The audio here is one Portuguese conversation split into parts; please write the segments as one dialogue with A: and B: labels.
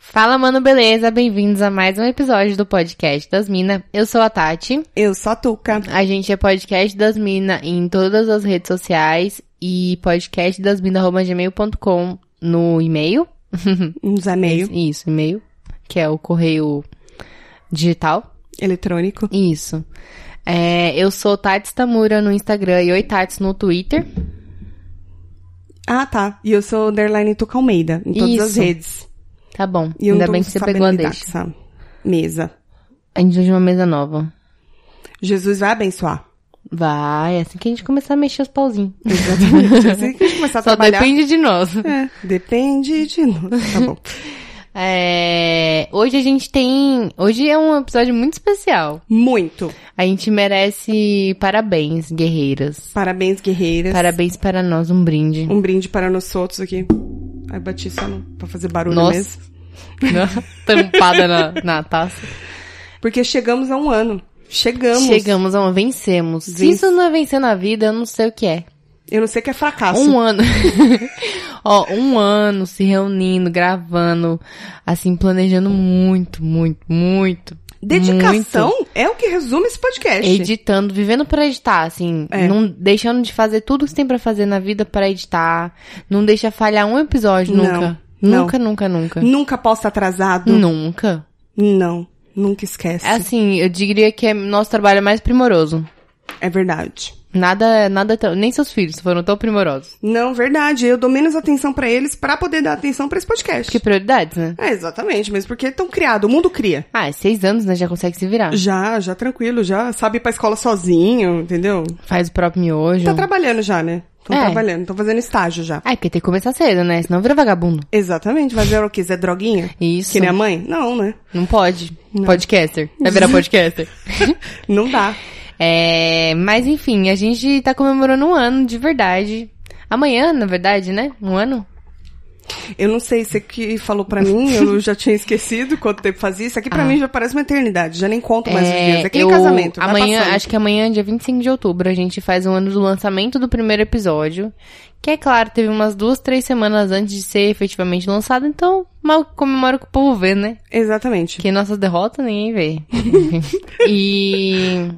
A: Fala, mano, beleza? Bem-vindos a mais um episódio do Podcast das Minas. Eu sou a Tati.
B: Eu sou a Tuca.
A: A gente é Podcast das Minas em todas as redes sociais e podcastdasmina.gmail.com no e-mail. Um
B: Nos e-mail
A: Isso, e-mail, que é o correio digital.
B: eletrônico.
A: Isso. É, eu sou Tati Tamura no Instagram e Oi Tats no Twitter.
B: Ah, tá. E eu sou underline Tuca Almeida, em todas as
A: Isso.
B: redes.
A: Tá bom.
B: E eu
A: Ainda
B: tô
A: bem que você
B: sabendo tá.
A: pegou a
B: lidar
A: deixa.
B: com essa mesa.
A: A gente hoje é uma mesa nova.
B: Jesus vai abençoar.
A: Vai, é assim que a gente começar a mexer os pauzinhos.
B: Exatamente. Assim que a gente começar a
A: Só
B: trabalhar...
A: depende de nós.
B: É, depende de nós. Tá bom.
A: É, hoje a gente tem. Hoje é um episódio muito especial.
B: Muito.
A: A gente merece parabéns, guerreiras.
B: Parabéns, guerreiras.
A: Parabéns para nós, um brinde.
B: Um brinde para nós outros aqui. Ai, bati só no... pra fazer barulho
A: Nossa.
B: mesmo.
A: Tampada na, na taça.
B: Porque chegamos a um ano. Chegamos.
A: Chegamos a uma vencemos. Se
B: Venc-
A: isso não é vencer na vida, eu não sei o que é.
B: Eu não sei o que é fracasso.
A: Um ano. Ó, um ano se reunindo, gravando, assim, planejando muito, muito, muito.
B: Dedicação
A: muito.
B: é o que resume esse podcast.
A: Editando, vivendo pra editar, assim,
B: É.
A: não deixando de fazer tudo que tem pra fazer na vida pra editar, não deixa falhar um episódio
B: Não,
A: nunca.
B: não.
A: Nunca, nunca, nunca.
B: Nunca posta atrasado.
A: Nunca.
B: Não, nunca esquece.
A: É assim, eu diria que é nosso trabalho é mais primoroso.
B: É verdade.
A: Nada, nada tão, nem seus filhos foram tão primorosos.
B: Não, verdade. Eu dou menos atenção pra eles pra poder dar atenção pra esse podcast.
A: Que prioridades, né?
B: É, exatamente, mas porque estão criados, o mundo cria.
A: Ah, é seis anos, né? Já consegue se virar.
B: Já, já tranquilo, já sabe ir pra escola sozinho, entendeu?
A: Faz o próprio miojo.
B: Tá trabalhando já, né? Estão
A: É.
B: trabalhando, estão fazendo estágio já.
A: Ah, é porque tem que começar cedo, né? Senão vira vagabundo.
B: Exatamente, vai virar o quê? Zé Droguinha?
A: Isso.
B: Que nem a mãe? Não, né?
A: Não pode. Podcaster. Vai virar podcaster.
B: Não dá.
A: É, mas enfim, a gente tá comemorando um ano de verdade. Amanhã, na verdade, né? Um ano?
B: Eu não sei, você que falou pra mim, eu já tinha esquecido quanto tempo fazia. Isso aqui pra mim já parece uma eternidade, já nem conto mais os dias. É que nem
A: Ah. eu-
B: casamento, vai
A: Amanhã,
B: passando.
A: acho que amanhã, é dia 25 de outubro, a gente faz um ano do lançamento do primeiro episódio. Que é claro, teve umas duas, três semanas antes de ser efetivamente lançado, então mal comemora que o povo vê, né?
B: Exatamente.
A: Que nossas derrotas ninguém vê. e.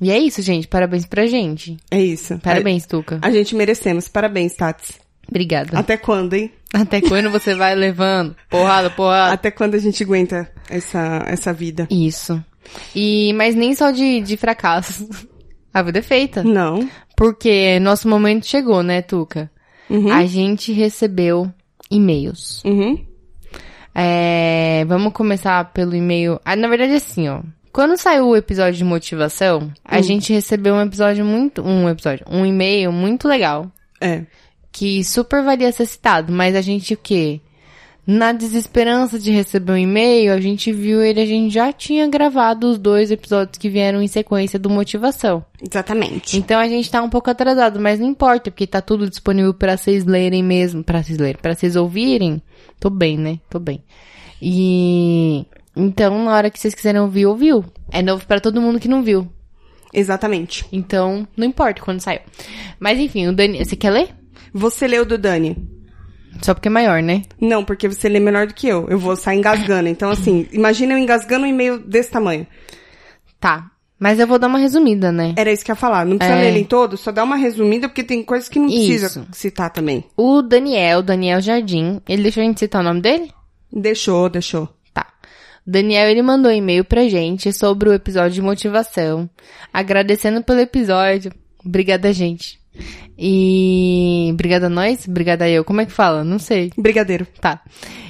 A: E é isso, gente. Parabéns pra gente.
B: É isso.
A: Parabéns, Tuca.
B: A gente merecemos. Parabéns, Tats.
A: Obrigada.
B: Até quando, hein?
A: Até quando você vai levando? Porrada, porrada.
B: Até quando a gente aguenta essa, essa vida?
A: Isso. E mas nem só de, de fracassos. A vida é feita.
B: Não.
A: Porque nosso momento chegou, né, Tuca?
B: Uhum.
A: A gente recebeu e-mails.
B: Uhum.
A: É, vamos começar pelo e-mail. Ah, na verdade, assim, ó. Quando saiu o episódio de motivação, a gente recebeu um episódio muito. Um episódio. Um e-mail muito legal.
B: É.
A: Que super valia ser citado, mas a gente o quê? Na desesperança de receber um e-mail, a gente viu ele, a gente já tinha gravado os dois episódios que vieram em sequência do Motivação.
B: Exatamente.
A: Então a gente tá um pouco atrasado, mas não importa, porque tá tudo disponível pra vocês lerem mesmo, Pra vocês lerem, para vocês ouvirem. Tô bem, né? Tô bem. E então na hora que vocês quiserem ouvir, ouviu. É novo pra todo mundo que não viu.
B: Exatamente.
A: Então, não importa quando saiu. Mas enfim, o Dani, você quer ler?
B: Você leu do Dani?
A: Só porque é maior, né?
B: Não, porque você lê melhor do que eu. Eu vou sair engasgando. Então, assim, imagina eu engasgando um e-mail desse tamanho.
A: Tá. Mas eu vou dar uma resumida, né?
B: Era isso que eu ia falar. Não precisa
A: É.
B: ler ele em todo, só dá uma resumida, porque tem coisas que não
A: Isso.
B: precisa citar também.
A: O Daniel, Daniel Jardim, ele deixou a gente citar o nome dele?
B: Deixou, deixou.
A: Tá. Daniel, ele mandou um e-mail pra gente sobre o episódio de motivação, agradecendo pelo episódio. Obrigada, gente. E obrigada a nós, obrigada a eu. Como é que fala? Não sei.
B: Brigadeiro.
A: Tá.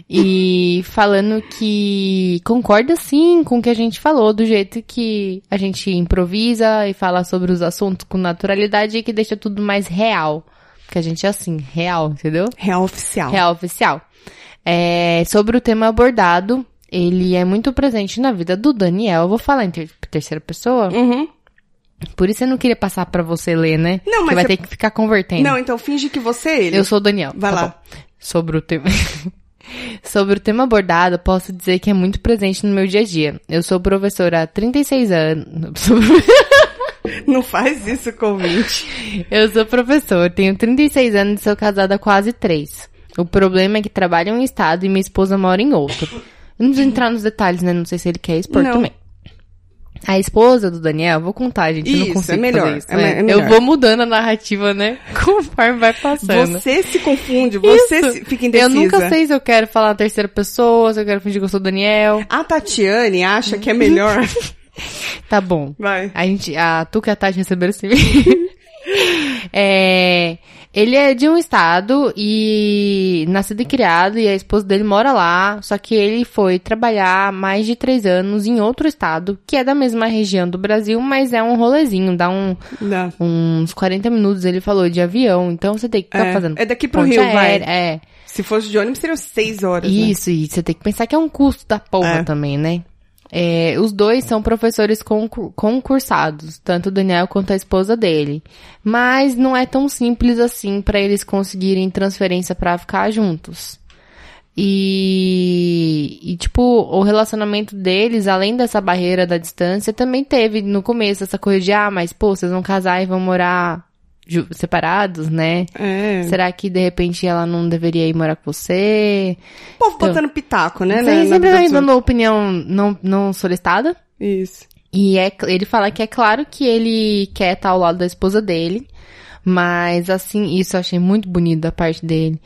A: E falando que concorda sim com o que a gente falou, do jeito que a gente improvisa e fala sobre os assuntos com naturalidade e que deixa tudo mais real. Porque a gente é assim, real, entendeu?
B: Real oficial.
A: Real oficial. É, sobre o tema abordado, ele é muito presente na vida do Daniel. Eu vou falar em ter- terceira pessoa.
B: Uhum.
A: Por isso eu não queria passar pra você ler, né?
B: Não,
A: Você
B: mas
A: vai
B: você-
A: ter que ficar convertendo.
B: Não, então finge que você é ele.
A: Eu sou o Daniel.
B: Vai
A: tá
B: lá.
A: bom. Sobre o tema. Sobre o tema abordado, posso dizer que é muito presente no meu dia a dia. Eu sou professora há 36 anos. Sou profe-
B: Não faz isso com o ouvinte.
A: Eu sou professor, tenho 36 anos e sou casada há quase 3. O problema é que trabalho em um estado e minha esposa mora em outro. Eu não preciso entrar nos detalhes, né? Não sei se ele quer expor
B: Não.
A: também. A esposa do Daniel, vou contar, gente. eu não
B: Isso,
A: consigo
B: é melhor,
A: fazer isso,
B: é
A: né?
B: me- é melhor.
A: Eu vou mudando a narrativa, né? Conforme vai passando.
B: Você se confunde, você se- fica
A: Eu
B: indecisa.
A: nunca sei se eu quero falar na terceira pessoa, se eu quero fingir que eu sou o Daniel.
B: A Tatiane acha que é melhor.
A: Tá bom.
B: Vai.
A: A gente, a Tuca e a Tati receberam esse vídeo. É, ele é de um estado e nascido e criado e a esposa dele mora lá, só que ele foi trabalhar há mais de três anos em outro estado, que é da mesma região do Brasil, mas é um rolezinho, dá um,
B: Dá.
A: uns 40 minutos, ele falou, de avião, então você tem que estar
B: É,
A: fazendo
B: é daqui pro
A: ponte
B: Rio, vai.
A: aérea, É,
B: Se fosse de ônibus, seriam seis horas. né?
A: isso, e você tem que pensar que é um custo da porra
B: É.
A: também, né? É, os dois são professores concur- concursados, tanto o Daniel quanto a esposa dele. Mas não é tão simples assim pra eles conseguirem transferência pra ficar juntos. E, e, tipo, o relacionamento deles, além dessa barreira da distância, também teve no começo essa coisa de, ah, mas pô, vocês vão casar e vão morar ju- separados, né?
B: É.
A: Será que de repente ela não deveria ir morar com você?
B: O povo botando pitaco, né?
A: Você
B: na- na
A: Então. sempre
B: vida
A: vai
B: dos
A: dando opinião não, não solicitada.
B: outros. Isso.
A: E é, cl- ele fala que é claro que ele quer estar ao lado da esposa dele, mas assim, isso eu achei muito bonito da parte dele.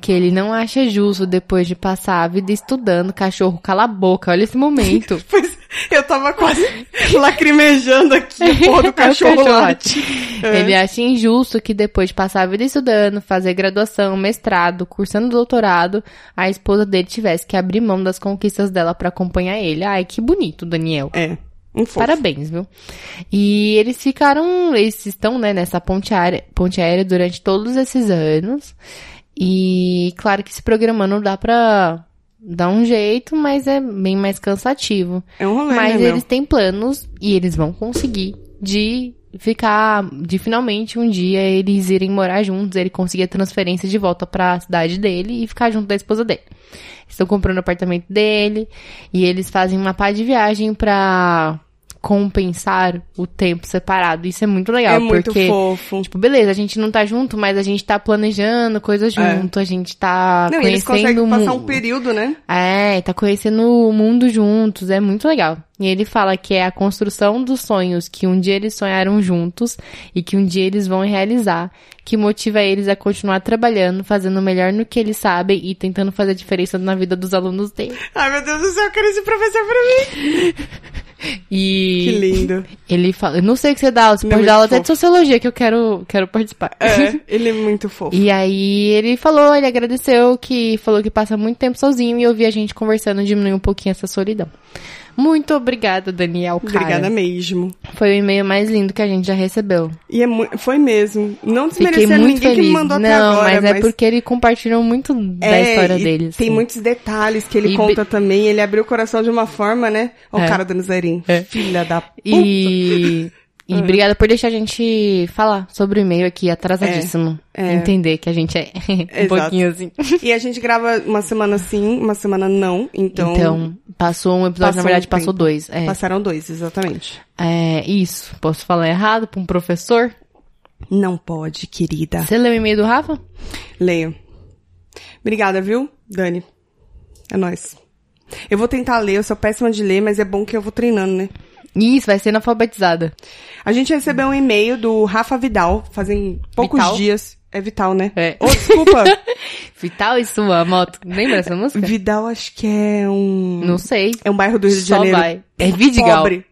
A: Que ele não acha justo depois de passar a vida estudando, cachorro, cala a boca, olha esse momento.
B: Pois, eu tava quase lacrimejando aqui o
A: É
B: porra
A: o
B: do cachorro
A: cachorro.
B: late. É.
A: Ele acha injusto que depois de passar a vida estudando, fazer graduação, mestrado, cursando doutorado, a esposa dele tivesse que abrir mão das conquistas dela pra acompanhar ele. Ai, que bonito, Daniel.
B: É. Um fofo.
A: Parabéns, viu? E eles ficaram, eles estão, né, nessa ponte aérea, ponte aérea durante todos esses anos. E claro que se programando dá pra dar um jeito, mas é bem mais cansativo.
B: É um rolê,
A: Mas
B: né, meu?
A: eles têm planos e eles vão conseguir de ficar, de finalmente um dia eles irem morar juntos, ele conseguir a transferência de volta pra cidade dele e ficar junto da esposa dele. Estão comprando o apartamento dele e eles fazem uma pá de viagem pra compensar o tempo separado. Isso é muito legal,
B: É muito
A: porque
B: fofo.
A: tipo, beleza, a gente não tá junto, mas a gente tá planejando coisas
B: É.
A: junto, a gente tá
B: Não, e eles
A: conhecendo
B: conseguem
A: o
B: passar
A: mu-
B: um período, né?
A: é, tá conhecendo o mundo juntos, é muito legal. E ele fala que é a construção dos sonhos que um dia eles sonharam juntos e que um dia eles vão realizar, que motiva eles a continuar trabalhando, fazendo o melhor no que eles sabem e tentando fazer a diferença na vida dos alunos dele.
B: Ai, meu Deus do céu, eu quero esse professor pra mim. Que
A: E
B: lindo.
A: ele fala, eu não sei o que você dá aula, você
B: Não,
A: pode
B: muito
A: dar aula até
B: fofo.
A: de sociologia que eu quero, quero participar.
B: É, ele é muito fofo.
A: E aí ele falou, ele agradeceu, que falou que passa muito tempo sozinho e ouvir a gente conversando diminui um pouquinho essa solidão. Muito obrigada, Daniel, cara.
B: Obrigada mesmo.
A: Foi o e-mail mais lindo que a gente já recebeu.
B: E é mu- foi mesmo. Não
A: Fiquei
B: desmerecendo
A: muito
B: ninguém
A: feliz.
B: que me mandou
A: Não,
B: até agora,
A: mas, é porque ele compartilhou muito da
B: É,
A: história
B: e
A: dele.
B: Tem
A: assim.
B: muitos detalhes que ele
A: E
B: conta também. Ele abriu o coração de uma forma, né? Ó,
A: É.
B: o cara do Nazarim.
A: É.
B: Filha da puta.
A: E, e obrigada por deixar a gente falar sobre o e-mail aqui, atrasadíssimo.
B: É, é.
A: Entender que a gente é um
B: Exato.
A: pouquinho assim.
B: E a gente grava uma semana sim, uma semana não. Então,
A: Então, passou um episódio, na
B: passou
A: verdade
B: um
A: passou
B: tempo.
A: dois. É.
B: passaram dois, exatamente.
A: É, isso. Posso falar errado pra um professor?
B: Não pode, querida.
A: Você leu o e-mail do Rafa?
B: Leia. Obrigada, viu, Dani? É nóis. Eu vou tentar ler, eu sou péssima de ler, mas é bom que eu vou treinando, né?
A: Isso, vai ser analfabetizada.
B: A gente recebeu um e-mail do Rafa Vidal, fazem poucos
A: Vital?
B: dias. É Vital, né?
A: É.
B: Ô, desculpa.
A: Vital e sua moto. Lembra essa música?
B: Vidal, acho que é um.
A: Não sei.
B: É um bairro do Rio de
A: Só
B: Janeiro.
A: vai. É Vidigal.
B: Pobre.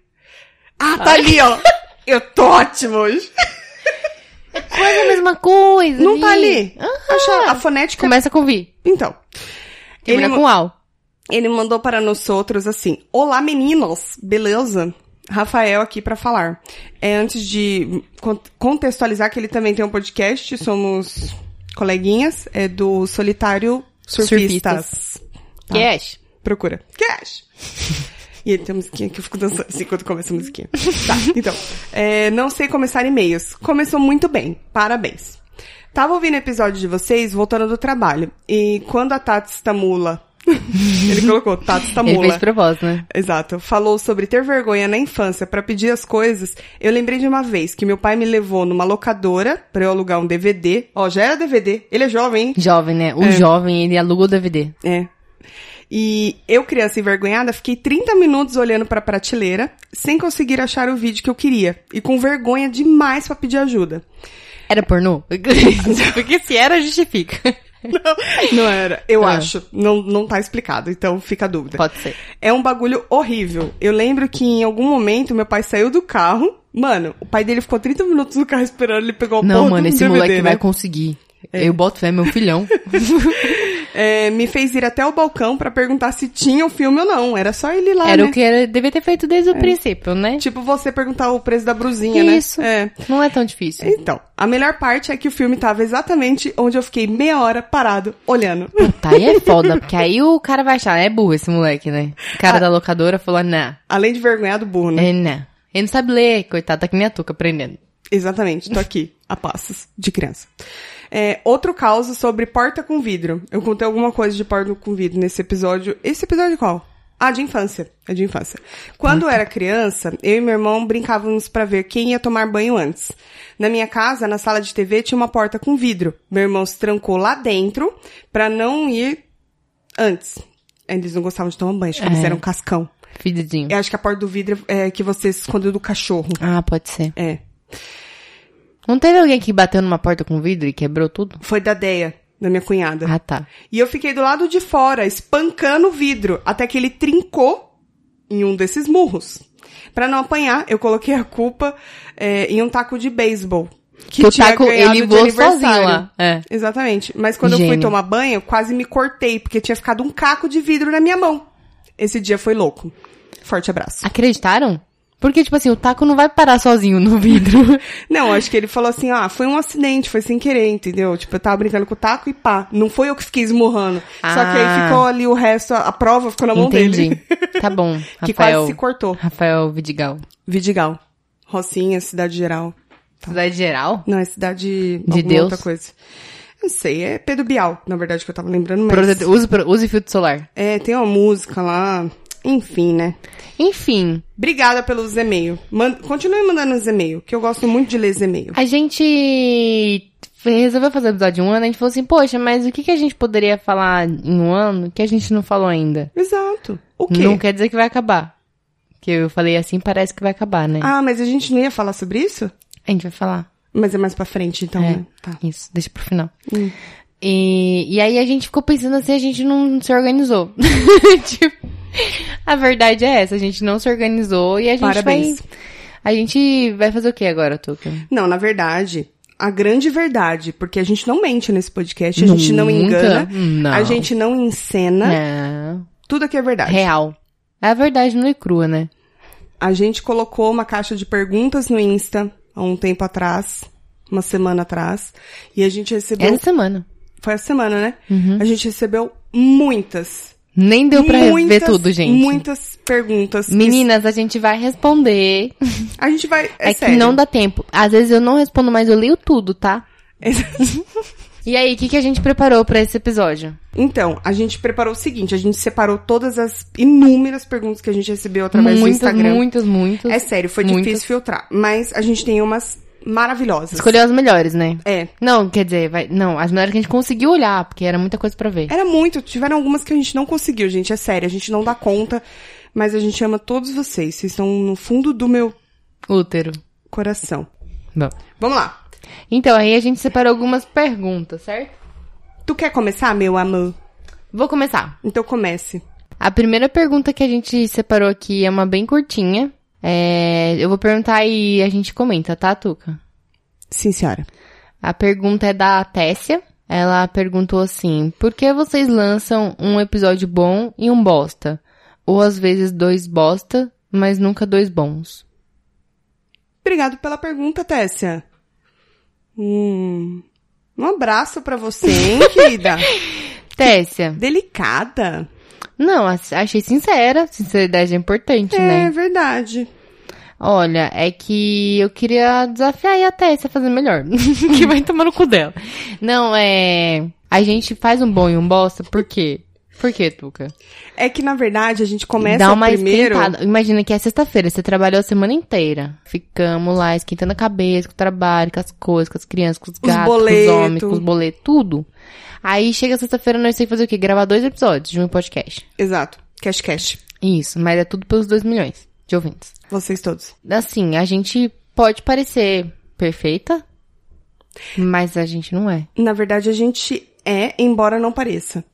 B: Ah, tá ali, ó. Eu tô ótimo hoje.
A: Quase É a mesma coisa.
B: Não tá ali. Acha- a fonética. é
A: Começa com Vi.
B: Então.
A: Termina
B: Ele,
A: com Al.
B: ele mandou para nós outros assim: Olá, meninos, beleza? Rafael aqui para falar. É antes de con- contextualizar que ele também tem um podcast, somos coleguinhas, é do Solitário Surfistas. Tá.
A: Cash.
B: Procura. Cash! E ele tem a musiquinha que eu fico dançando assim quando começa a musiquinha. Tá, então. é, não sei começar e-mails. Começou muito bem. Parabéns. Tava ouvindo o episódio de vocês voltando do trabalho. E quando a Tati Stamula. ele colocou Tati
A: Ele fez
B: Stamula.
A: de propósito, né?
B: Exato. Falou sobre ter vergonha na infância pra pedir as coisas. Eu lembrei de uma vez que meu pai me levou numa locadora pra eu alugar um DVD. Ó, já era DVD. Ele é jovem, hein?
A: Jovem, né? O jovem, ele aluga o DVD.
B: É. E eu, criança envergonhada, fiquei 30 minutos olhando pra prateleira, sem conseguir achar o vídeo que eu queria. E com vergonha demais pra pedir ajuda.
A: Era pornô? Porque se era, justifica.
B: Não, não era. Eu
A: Ah.
B: acho. Não, não tá explicado, então fica a dúvida.
A: Pode ser.
B: É um bagulho horrível. Eu lembro que em algum momento meu pai saiu do carro. Mano, o pai dele ficou 30 minutos no carro esperando ele pegar o
A: Não,
B: ponto
A: mano,
B: do
A: esse
B: DVD,
A: moleque
B: né?
A: vai conseguir. Eu boto fé, meu filhão.
B: É, me fez ir até o balcão pra perguntar se tinha o filme ou não. Era só ele lá,
A: Era
B: né? É.
A: o que era, devia ter feito desde o princípio, né?
B: Tipo você perguntar o preço da brusinha, né?
A: Isso.
B: É.
A: Não é tão difícil.
B: Então, a melhor parte é que o filme tava exatamente onde eu fiquei meia hora parado, olhando.
A: Tá, aí é foda, porque aí o cara vai achar, é burro esse moleque, né? O
B: Ah.
A: cara da locadora falou, não,
B: Além de vergonhado, burro, né?
A: é não. Ele não sabe ler, coitado, tá que nem a Tuca aprendendo.
B: Exatamente, tô aqui, a passos, de criança. É, outro caso sobre porta com vidro. Eu contei alguma coisa de porta com vidro nesse episódio. Esse episódio é qual? Ah, de infância. É de infância. Quando eu era criança, eu e meu irmão brincávamos pra ver quem ia tomar banho antes. Na minha casa, na sala de TV, tinha uma porta com vidro. Meu irmão se trancou lá dentro pra não ir antes. Eles não gostavam de tomar banho, acho que eles
A: É.
B: eram cascão.
A: Fididinho.
B: Eu acho que a porta do vidro é que você se escondeu do cachorro.
A: Ah, pode ser.
B: É.
A: Não teve alguém que bateu numa porta com vidro e quebrou tudo?
B: Foi da Deia, da minha cunhada.
A: Ah, tá.
B: E eu fiquei do lado de fora, espancando o vidro, até que ele trincou em um desses murros. Pra não apanhar, eu coloquei a culpa é, em um taco de beisebol. Que,
A: Que o
B: tinha
A: taco,
B: ganhado
A: ele
B: de
A: voou
B: aniversário.
A: sozinho lá. É.
B: Exatamente. Mas quando eu fui
A: Gênio.
B: tomar banho, eu quase me cortei, porque tinha ficado um caco de vidro na minha mão. Esse dia foi louco. Forte abraço.
A: Acreditaram? Porque, tipo assim, o taco não vai parar sozinho no vidro.
B: Não, acho que ele falou assim, ah, foi um acidente, foi sem querer, entendeu? Tipo, eu tava brincando com o taco e pá, não foi eu que fiquei esmurrando. Só que aí
A: Ah.
B: ficou ali o resto, a a prova ficou na mão
A: Entendi.
B: dele.
A: Tá bom,
B: Que
A: Rafael.
B: quase se cortou.
A: Rafael Vidigal.
B: Vidigal. Rocinha, Cidade Geral.
A: Cidade geral?
B: Não, é Cidade...
A: De
B: alguma
A: Deus?
B: outra coisa. Não sei, é Pedro Bial, na verdade, que eu tava lembrando, mas...
A: Protetor- Use, pro- use filtro solar.
B: É, tem uma música lá... Enfim, né?
A: Enfim,
B: Obrigada pelos e-mails. Man... Continue mandando os e-mails, que eu gosto muito de ler os e-mails.
A: a gente resolveu fazer o episódio de um ano, a gente falou assim, poxa, mas o que, que a gente poderia falar em um ano que a gente não falou ainda?
B: Exato. O quê?
A: Não quer dizer que vai acabar. Que eu falei assim, parece que vai acabar, né?
B: Ah, mas a gente não ia falar sobre isso?
A: A gente vai falar.
B: Mas é mais pra frente, então,
A: É.
B: né? Tá.
A: Isso, deixa pro final.
B: Hum.
A: E, e aí a gente ficou pensando assim, a gente não se organizou. tipo, a verdade é essa, a gente não se organizou e a gente
B: Parabéns.
A: vai... A gente vai fazer o que agora, Tuca?
B: Não, na verdade, a grande verdade, porque a gente não mente nesse podcast, a gente não
A: Nunca.
B: engana,
A: Não.
B: a gente não encena,
A: Não.
B: tudo aqui é verdade.
A: Real. É a verdade nua e crua, né?
B: A gente colocou uma caixa de perguntas no Insta há um tempo atrás, uma semana atrás, e a gente recebeu.
A: Essa semana.
B: Foi a semana, né? A gente recebeu muitas.
A: Nem deu pra
B: muitas,
A: ver tudo, gente.
B: Muitas perguntas. que-
A: Meninas, a gente vai responder.
B: A gente vai. É,
A: É, que
B: sério.
A: não dá tempo. Às vezes eu não respondo, mas eu leio tudo, tá?
B: É
A: E aí, o que, que a gente preparou pra esse episódio?
B: Então, a gente preparou o seguinte: a gente separou todas as inúmeras perguntas que a gente recebeu através do
A: muitos,
B: Instagram.
A: muitos, muitos.
B: É sério, foi
A: Muitas.
B: difícil filtrar. Mas a gente tem umas maravilhosas.
A: Escolheu as melhores, né?
B: É.
A: Não, quer dizer, vai... não, as melhores que a gente conseguiu olhar, porque era muita coisa pra ver.
B: Era muito, tiveram algumas que a gente não conseguiu, gente. É sério, a gente não dá conta. Mas a gente ama todos vocês. Vocês estão no fundo do meu
A: Útero.
B: coração.
A: Bom.
B: Vamos lá.
A: Então, aí a gente separou algumas perguntas, certo?
B: Tu quer começar, meu amor?
A: Vou começar.
B: Então comece.
A: A primeira pergunta que a gente separou aqui é uma bem curtinha. É, eu vou perguntar e a gente comenta, tá, Tuca?
B: Sim, senhora.
A: A pergunta é da Tessia. Ela perguntou assim: Por que vocês lançam um episódio bom e um bosta? Ou às vezes dois bosta, mas nunca dois bons?
B: Obrigado pela pergunta, Tessia. Hum. Um abraço pra você, hein, querida?
A: Tessia,
B: Delicada.
A: não, ach- achei sincera. Sinceridade é importante,
B: É
A: né?
B: verdade.
A: Olha, é que eu queria desafiar aí a Tessia a fazer melhor. que vai tomar no cu dela. Não, é. A gente faz um bom e um bosta, por quê? Por que, Tuca?
B: É que, na verdade, a gente começa
A: Dá uma
B: primeiro...
A: esquentada. Imagina que é sexta-feira, você trabalhou a semana inteira. Ficamos lá esquentando a cabeça com o trabalho, com as coisas, com as crianças, com os gatos,
B: boletos.
A: com os homens, com os boletos, tudo. Aí chega sexta-feira, nós temos que fazer o quê? Gravar dois episódios de um podcast.
B: Exato. Cash, cash.
A: Isso, mas é tudo pelos dois milhões de ouvintes.
B: Vocês todos.
A: Assim, a gente pode parecer perfeita, mas a gente não é.
B: Na verdade, a gente é, embora não pareça.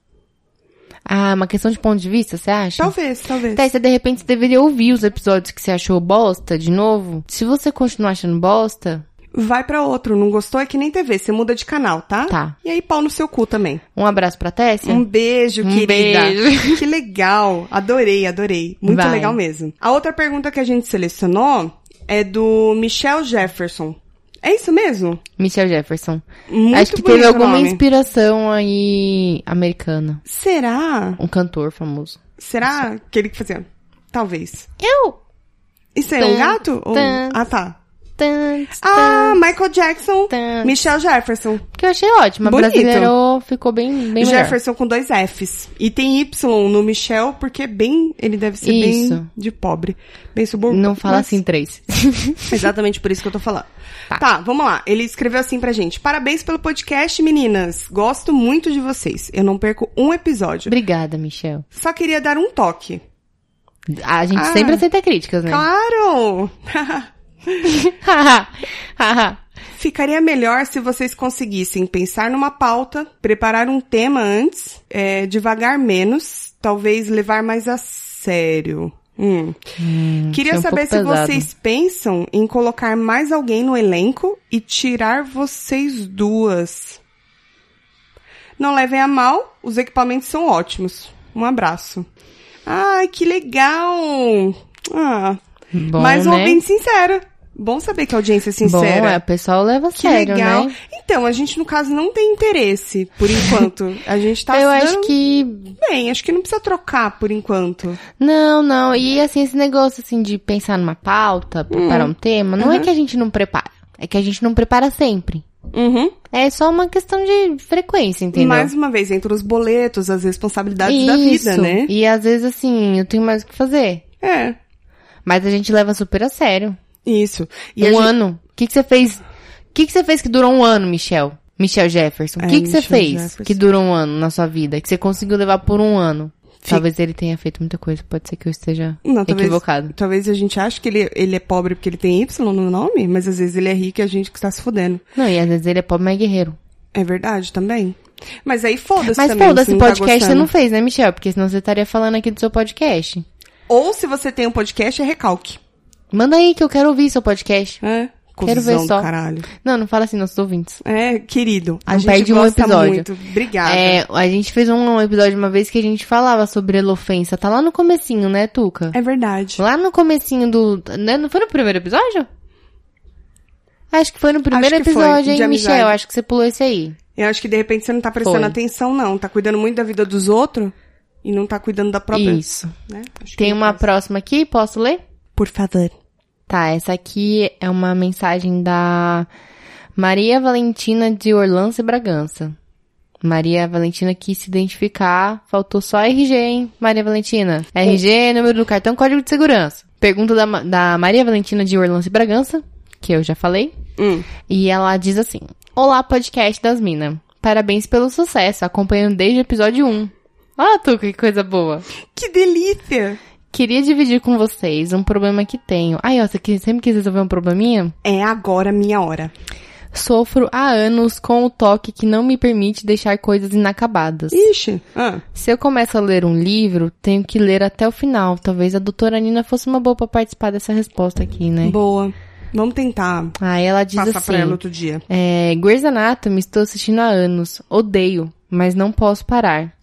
A: Ah, uma questão de ponto de vista, você acha?
B: Talvez, talvez.
A: Tá, e você de repente você deveria ouvir os episódios que você achou bosta de novo. Se você continuar achando bosta,
B: Vai pra outro, não gostou é que nem TV, você muda de canal, tá?
A: Tá.
B: E aí pau no seu cu também.
A: um abraço pra Tessia.
B: Um beijo,
A: Um
B: querida.
A: beijo.
B: Que legal. Adorei, adorei. Muito
A: Vai.
B: legal mesmo. A outra pergunta que a gente selecionou é do Michel Jefferson. É isso mesmo?
A: Michelle Jefferson.
B: Muito
A: Acho que
B: bonito
A: teve
B: o
A: alguma
B: nome.
A: inspiração aí americana.
B: Será?
A: Um cantor famoso.
B: Será que ele que fazia? Talvez.
A: Eu!
B: Isso aí é um
A: Tan,
B: gato? Ou-
A: tan.
B: Ah, tá.
A: Tantos,
B: Ah, Michael Jackson,
A: Tan.
B: Michel Jefferson.
A: Que eu achei ótimo.
B: Bonito.
A: Brasileiro ficou bem, bem melhor.
B: Jefferson com dois Fs. E tem Y no Michel, porque é bem. Ele deve ser bem
A: Isso.
B: de pobre. Bem suburbano.
A: Não fala
B: Mas-
A: assim três.
B: Exatamente por isso que eu tô falando. Tá.
A: Tá.
B: vamos lá. Ele escreveu assim pra gente: Parabéns pelo podcast, meninas. Gosto muito de vocês. Eu não perco um episódio.
A: Obrigada, Michelle.
B: Só queria dar um toque.
A: A gente
B: Ah.
A: sempre aceita críticas, né?
B: Claro! Ficaria melhor se vocês conseguissem pensar numa pauta, preparar um tema antes, é, devagar menos, talvez levar mais a sério. Hum. Queria
A: isso é um
B: saber
A: pouco
B: se
A: pesado.
B: vocês pensam em colocar mais alguém no elenco e tirar vocês duas. Não levem a mal, os equipamentos são ótimos. Um abraço. Ai, que legal! Ah,
A: Bom,
B: mais um
A: né?
B: ouvinte sincero. Bom saber que a audiência é sincera.
A: Bom, é, o pessoal leva a
B: Que
A: sério,
B: legal.
A: né?
B: Então, a gente, no caso, não tem interesse, por enquanto. A gente tá
A: eu
B: se
A: acho
B: dando
A: que.
B: bem, acho que não precisa trocar por enquanto.
A: Não, não. E assim, esse negócio assim de pensar numa
B: Hum.
A: pauta, preparar um tema, não é que a gente não prepara. É que a gente não prepara sempre.
B: Uhum.
A: É só uma questão de frequência, entendeu?
B: Mais uma vez, entre os boletos, as responsabilidades da
A: Isso.
B: vida, né?
A: E às vezes, assim, eu tenho mais o que fazer.
B: É,
A: Mas a gente leva super a sério.
B: isso. E
A: um
B: a gente-
A: ano. O que, que você fez? O que, que você fez que durou um ano, Michel? Michel Jefferson. O
B: É,
A: que, que você
B: Michel
A: fez
B: Jefferson.
A: que durou um ano na sua vida? Que você conseguiu levar por um ano?
B: Fi-
A: Talvez ele tenha feito muita coisa. Pode ser que eu esteja
B: Não, talvez-
A: equivocado.
B: Talvez a gente ache que ele, ele é pobre porque ele tem Y no nome, mas às vezes ele é rico e a gente que está se fudendo.
A: Não, e às vezes ele é pobre, mas é guerreiro.
B: É verdade também. Mas aí foda-se
A: Mas
B: também.
A: foda-se,
B: se não tá
A: podcast você
B: gostando.
A: não fez, né, Michel? Porque senão você estaria falando aqui do seu podcast.
B: Ou se você tem um podcast, é recalque.
A: Manda aí que eu quero ouvir seu podcast.
B: É.
A: Quero ver
B: Cusão do
A: só.
B: caralho.
A: Não, não fala assim, nossos ouvintes.
B: É, querido, a
A: Não
B: gente
A: perde um
B: gosta
A: episódio.
B: muito. Obrigada. É...
A: É, a gente fez um episódio uma vez que a gente falava sobre elofensa. Tá lá no comecinho, né,
B: É
A: Tuca?
B: verdade.
A: Lá no comecinho do... né, Não foi no primeiro episódio? Acho que foi no primeiro
B: Acho que foi,
A: episódio,
B: de
A: hein,
B: amizade.
A: Michel? Acho que você pulou esse aí.
B: Eu acho que de repente você não tá prestando
A: Foi.
B: atenção, não. Tá cuidando muito da vida dos outros e não tá cuidando da própria.
A: Isso.
B: né? Acho que
A: Tem
B: não
A: uma
B: faz.
A: próxima aqui, posso ler?
B: Por favor.
A: Tá, essa aqui é uma mensagem da Maria Valentina de Orlance Bragança. Maria Valentina quis se identificar, faltou só RG, hein, Maria Valentina? RG, número do cartão, código de segurança. Pergunta da, Ma- da Maria Valentina de Orlance Bragança, que eu já falei.
B: Hum.
A: E ela diz assim: Olá, podcast das Minas. Parabéns pelo sucesso, acompanhando desde o episódio 1. Olha, Tuca, que coisa boa.
B: Que delícia!
A: Queria dividir com vocês um problema que tenho. Ai, ó, você que- sempre quis resolver um probleminha?
B: É agora a minha hora.
A: Sofro há anos com o toque que não me permite deixar coisas inacabadas.
B: Ixi. Ah.
A: Se eu começo a ler um livro, tenho que ler até o final. Talvez a doutora Nina fosse uma boa pra participar dessa resposta aqui, né?
B: Boa. Vamos tentar
A: Aí ela diz
B: passar pra ela
A: assim:
B: outro dia.
A: é, Grey's Anatomy estou assistindo há anos. Odeio, mas não posso parar.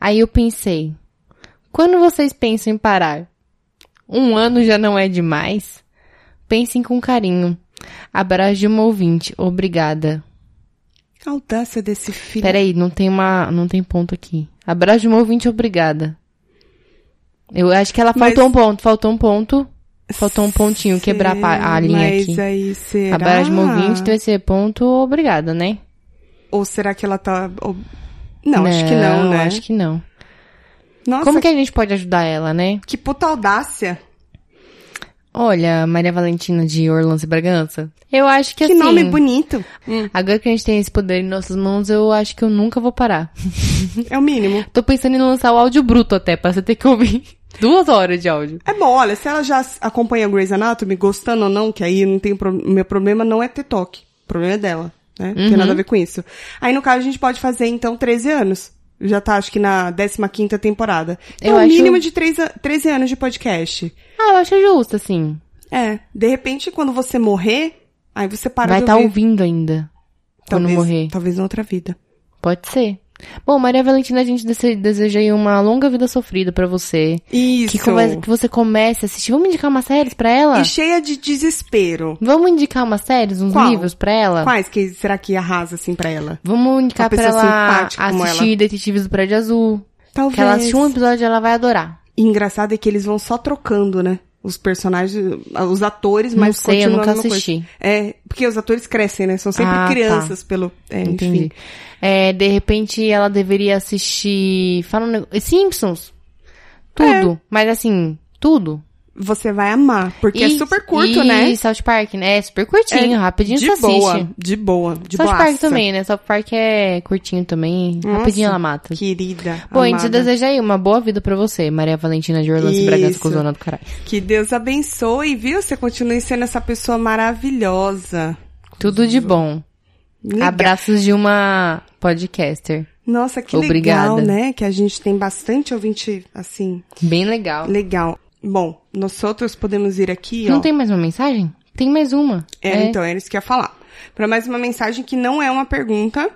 A: Aí eu pensei: quando vocês pensam em parar? Um ano já não é demais? Pensem com carinho. Abraço de uma ouvinte. Obrigada.
B: Que audácia desse filho.
A: Peraí, não tem uma, não tem ponto aqui. Abraço de uma ouvinte, obrigada. Eu acho que ela
B: Mas-
A: faltou um ponto, faltou um ponto. Faltou um pontinho, quebrar a pa- a linha
B: Mas é- Ah.
A: aqui.
B: aí será...
A: Abraço de uma ouvinte, terceiro ponto, obrigada, né?
B: Ou será que ela tá... ou- Não, acho que não, né?
A: Acho que não.
B: Nossa,
A: Como que
B: que...
A: a gente pode ajudar ela, né?
B: puta audácia.
A: Olha, Maria Valentina de Orlando e Bragança. Eu acho que, assim...
B: Que
A: uhum.
B: nome bonito.
A: Agora que a gente tem esse poder em nossas mãos, eu acho que eu nunca vou parar.
B: É o mínimo.
A: Tô pensando em lançar o áudio bruto até, pra você ter que ouvir duas horas de áudio.
B: É bom, olha, se ela já s- acompanha Grey's Anatomy, gostando ou não, que aí não tem pro... meu problema não é ter toque. O problema é dela, né?
A: Uhum.
B: Não tem nada a ver com isso. Aí, no caso, a gente pode fazer, então, 13 anos. Já tá, acho que na 15ª temporada. Então,
A: Eu
B: o
A: acho-
B: mínimo de 13, a- 13 anos de podcast.
A: Ah, eu acho justo, assim.
B: É. De repente, quando você morrer, aí você para
A: Vai
B: de
A: estar
B: ouvir.
A: ouvindo ainda. Quando
B: Talvez- tá.
A: morrer.
B: Talvez na outra vida.
A: Pode ser. Bom, Maria Valentina, a gente dese- deseja aí uma longa vida sofrida pra você.
B: Isso.
A: Que, come- que você comece a assistir. Vamos indicar umas séries pra ela?
B: E cheia de desespero.
A: Vamos indicar umas séries, uns
B: Qual?
A: livros pra ela?
B: Quais que será que arrasa, assim, pra ela?
A: Vamos indicar
B: Uma
A: pra ela
B: pessoa simpática como
A: assistir Detetives do Prédio Azul.
B: Talvez.
A: Que ela assistiu um episódio e ela vai adorar.
B: E engraçado é que eles vão só trocando, né? Os personagens, ah, os atores, mas
A: Não sei, eu
B: continua
A: nunca
B: a mesma
A: assisti.
B: Coisa. É, porque os atores crescem, né? São sempre
A: Ah, tá.
B: crianças pelo... É,
A: Entendi.
B: enfim.
A: É, de repente ela deveria assistir. Fala um negócio. Simpsons. Tudo.
B: É.
A: Mas assim, tudo.
B: Você vai amar, porque é
A: E-
B: super curto,
A: e
B: né?
A: E South Park, né? É super curtinho, rapidinho
B: de
A: você
B: boa,
A: assiste.
B: De boa, de
A: South
B: boa.
A: Park também, né? South Park é curtinho também.
B: Nossa,
A: rapidinho ela mata.
B: Querida,
A: Bom, a gente
B: amada.
A: deseja aí uma boa vida pra você, Maria Valentina de Orlando e Bragança,
B: Isso.
A: cozona do caralho.
B: Que Deus abençoe, viu? Você continue sendo essa pessoa maravilhosa.
A: Tudo de bom.
B: Legal.
A: Abraços de uma podcaster.
B: Nossa, que
A: Obrigada.
B: legal, né? Que a gente tem bastante ouvinte, assim,
A: Bem legal.
B: legal. Bom, nós outros podemos ir aqui, ó.
A: Não tem mais uma mensagem? Tem mais uma.
B: É, então, era isso que eu ia falar. Pra mais uma mensagem que não é uma pergunta,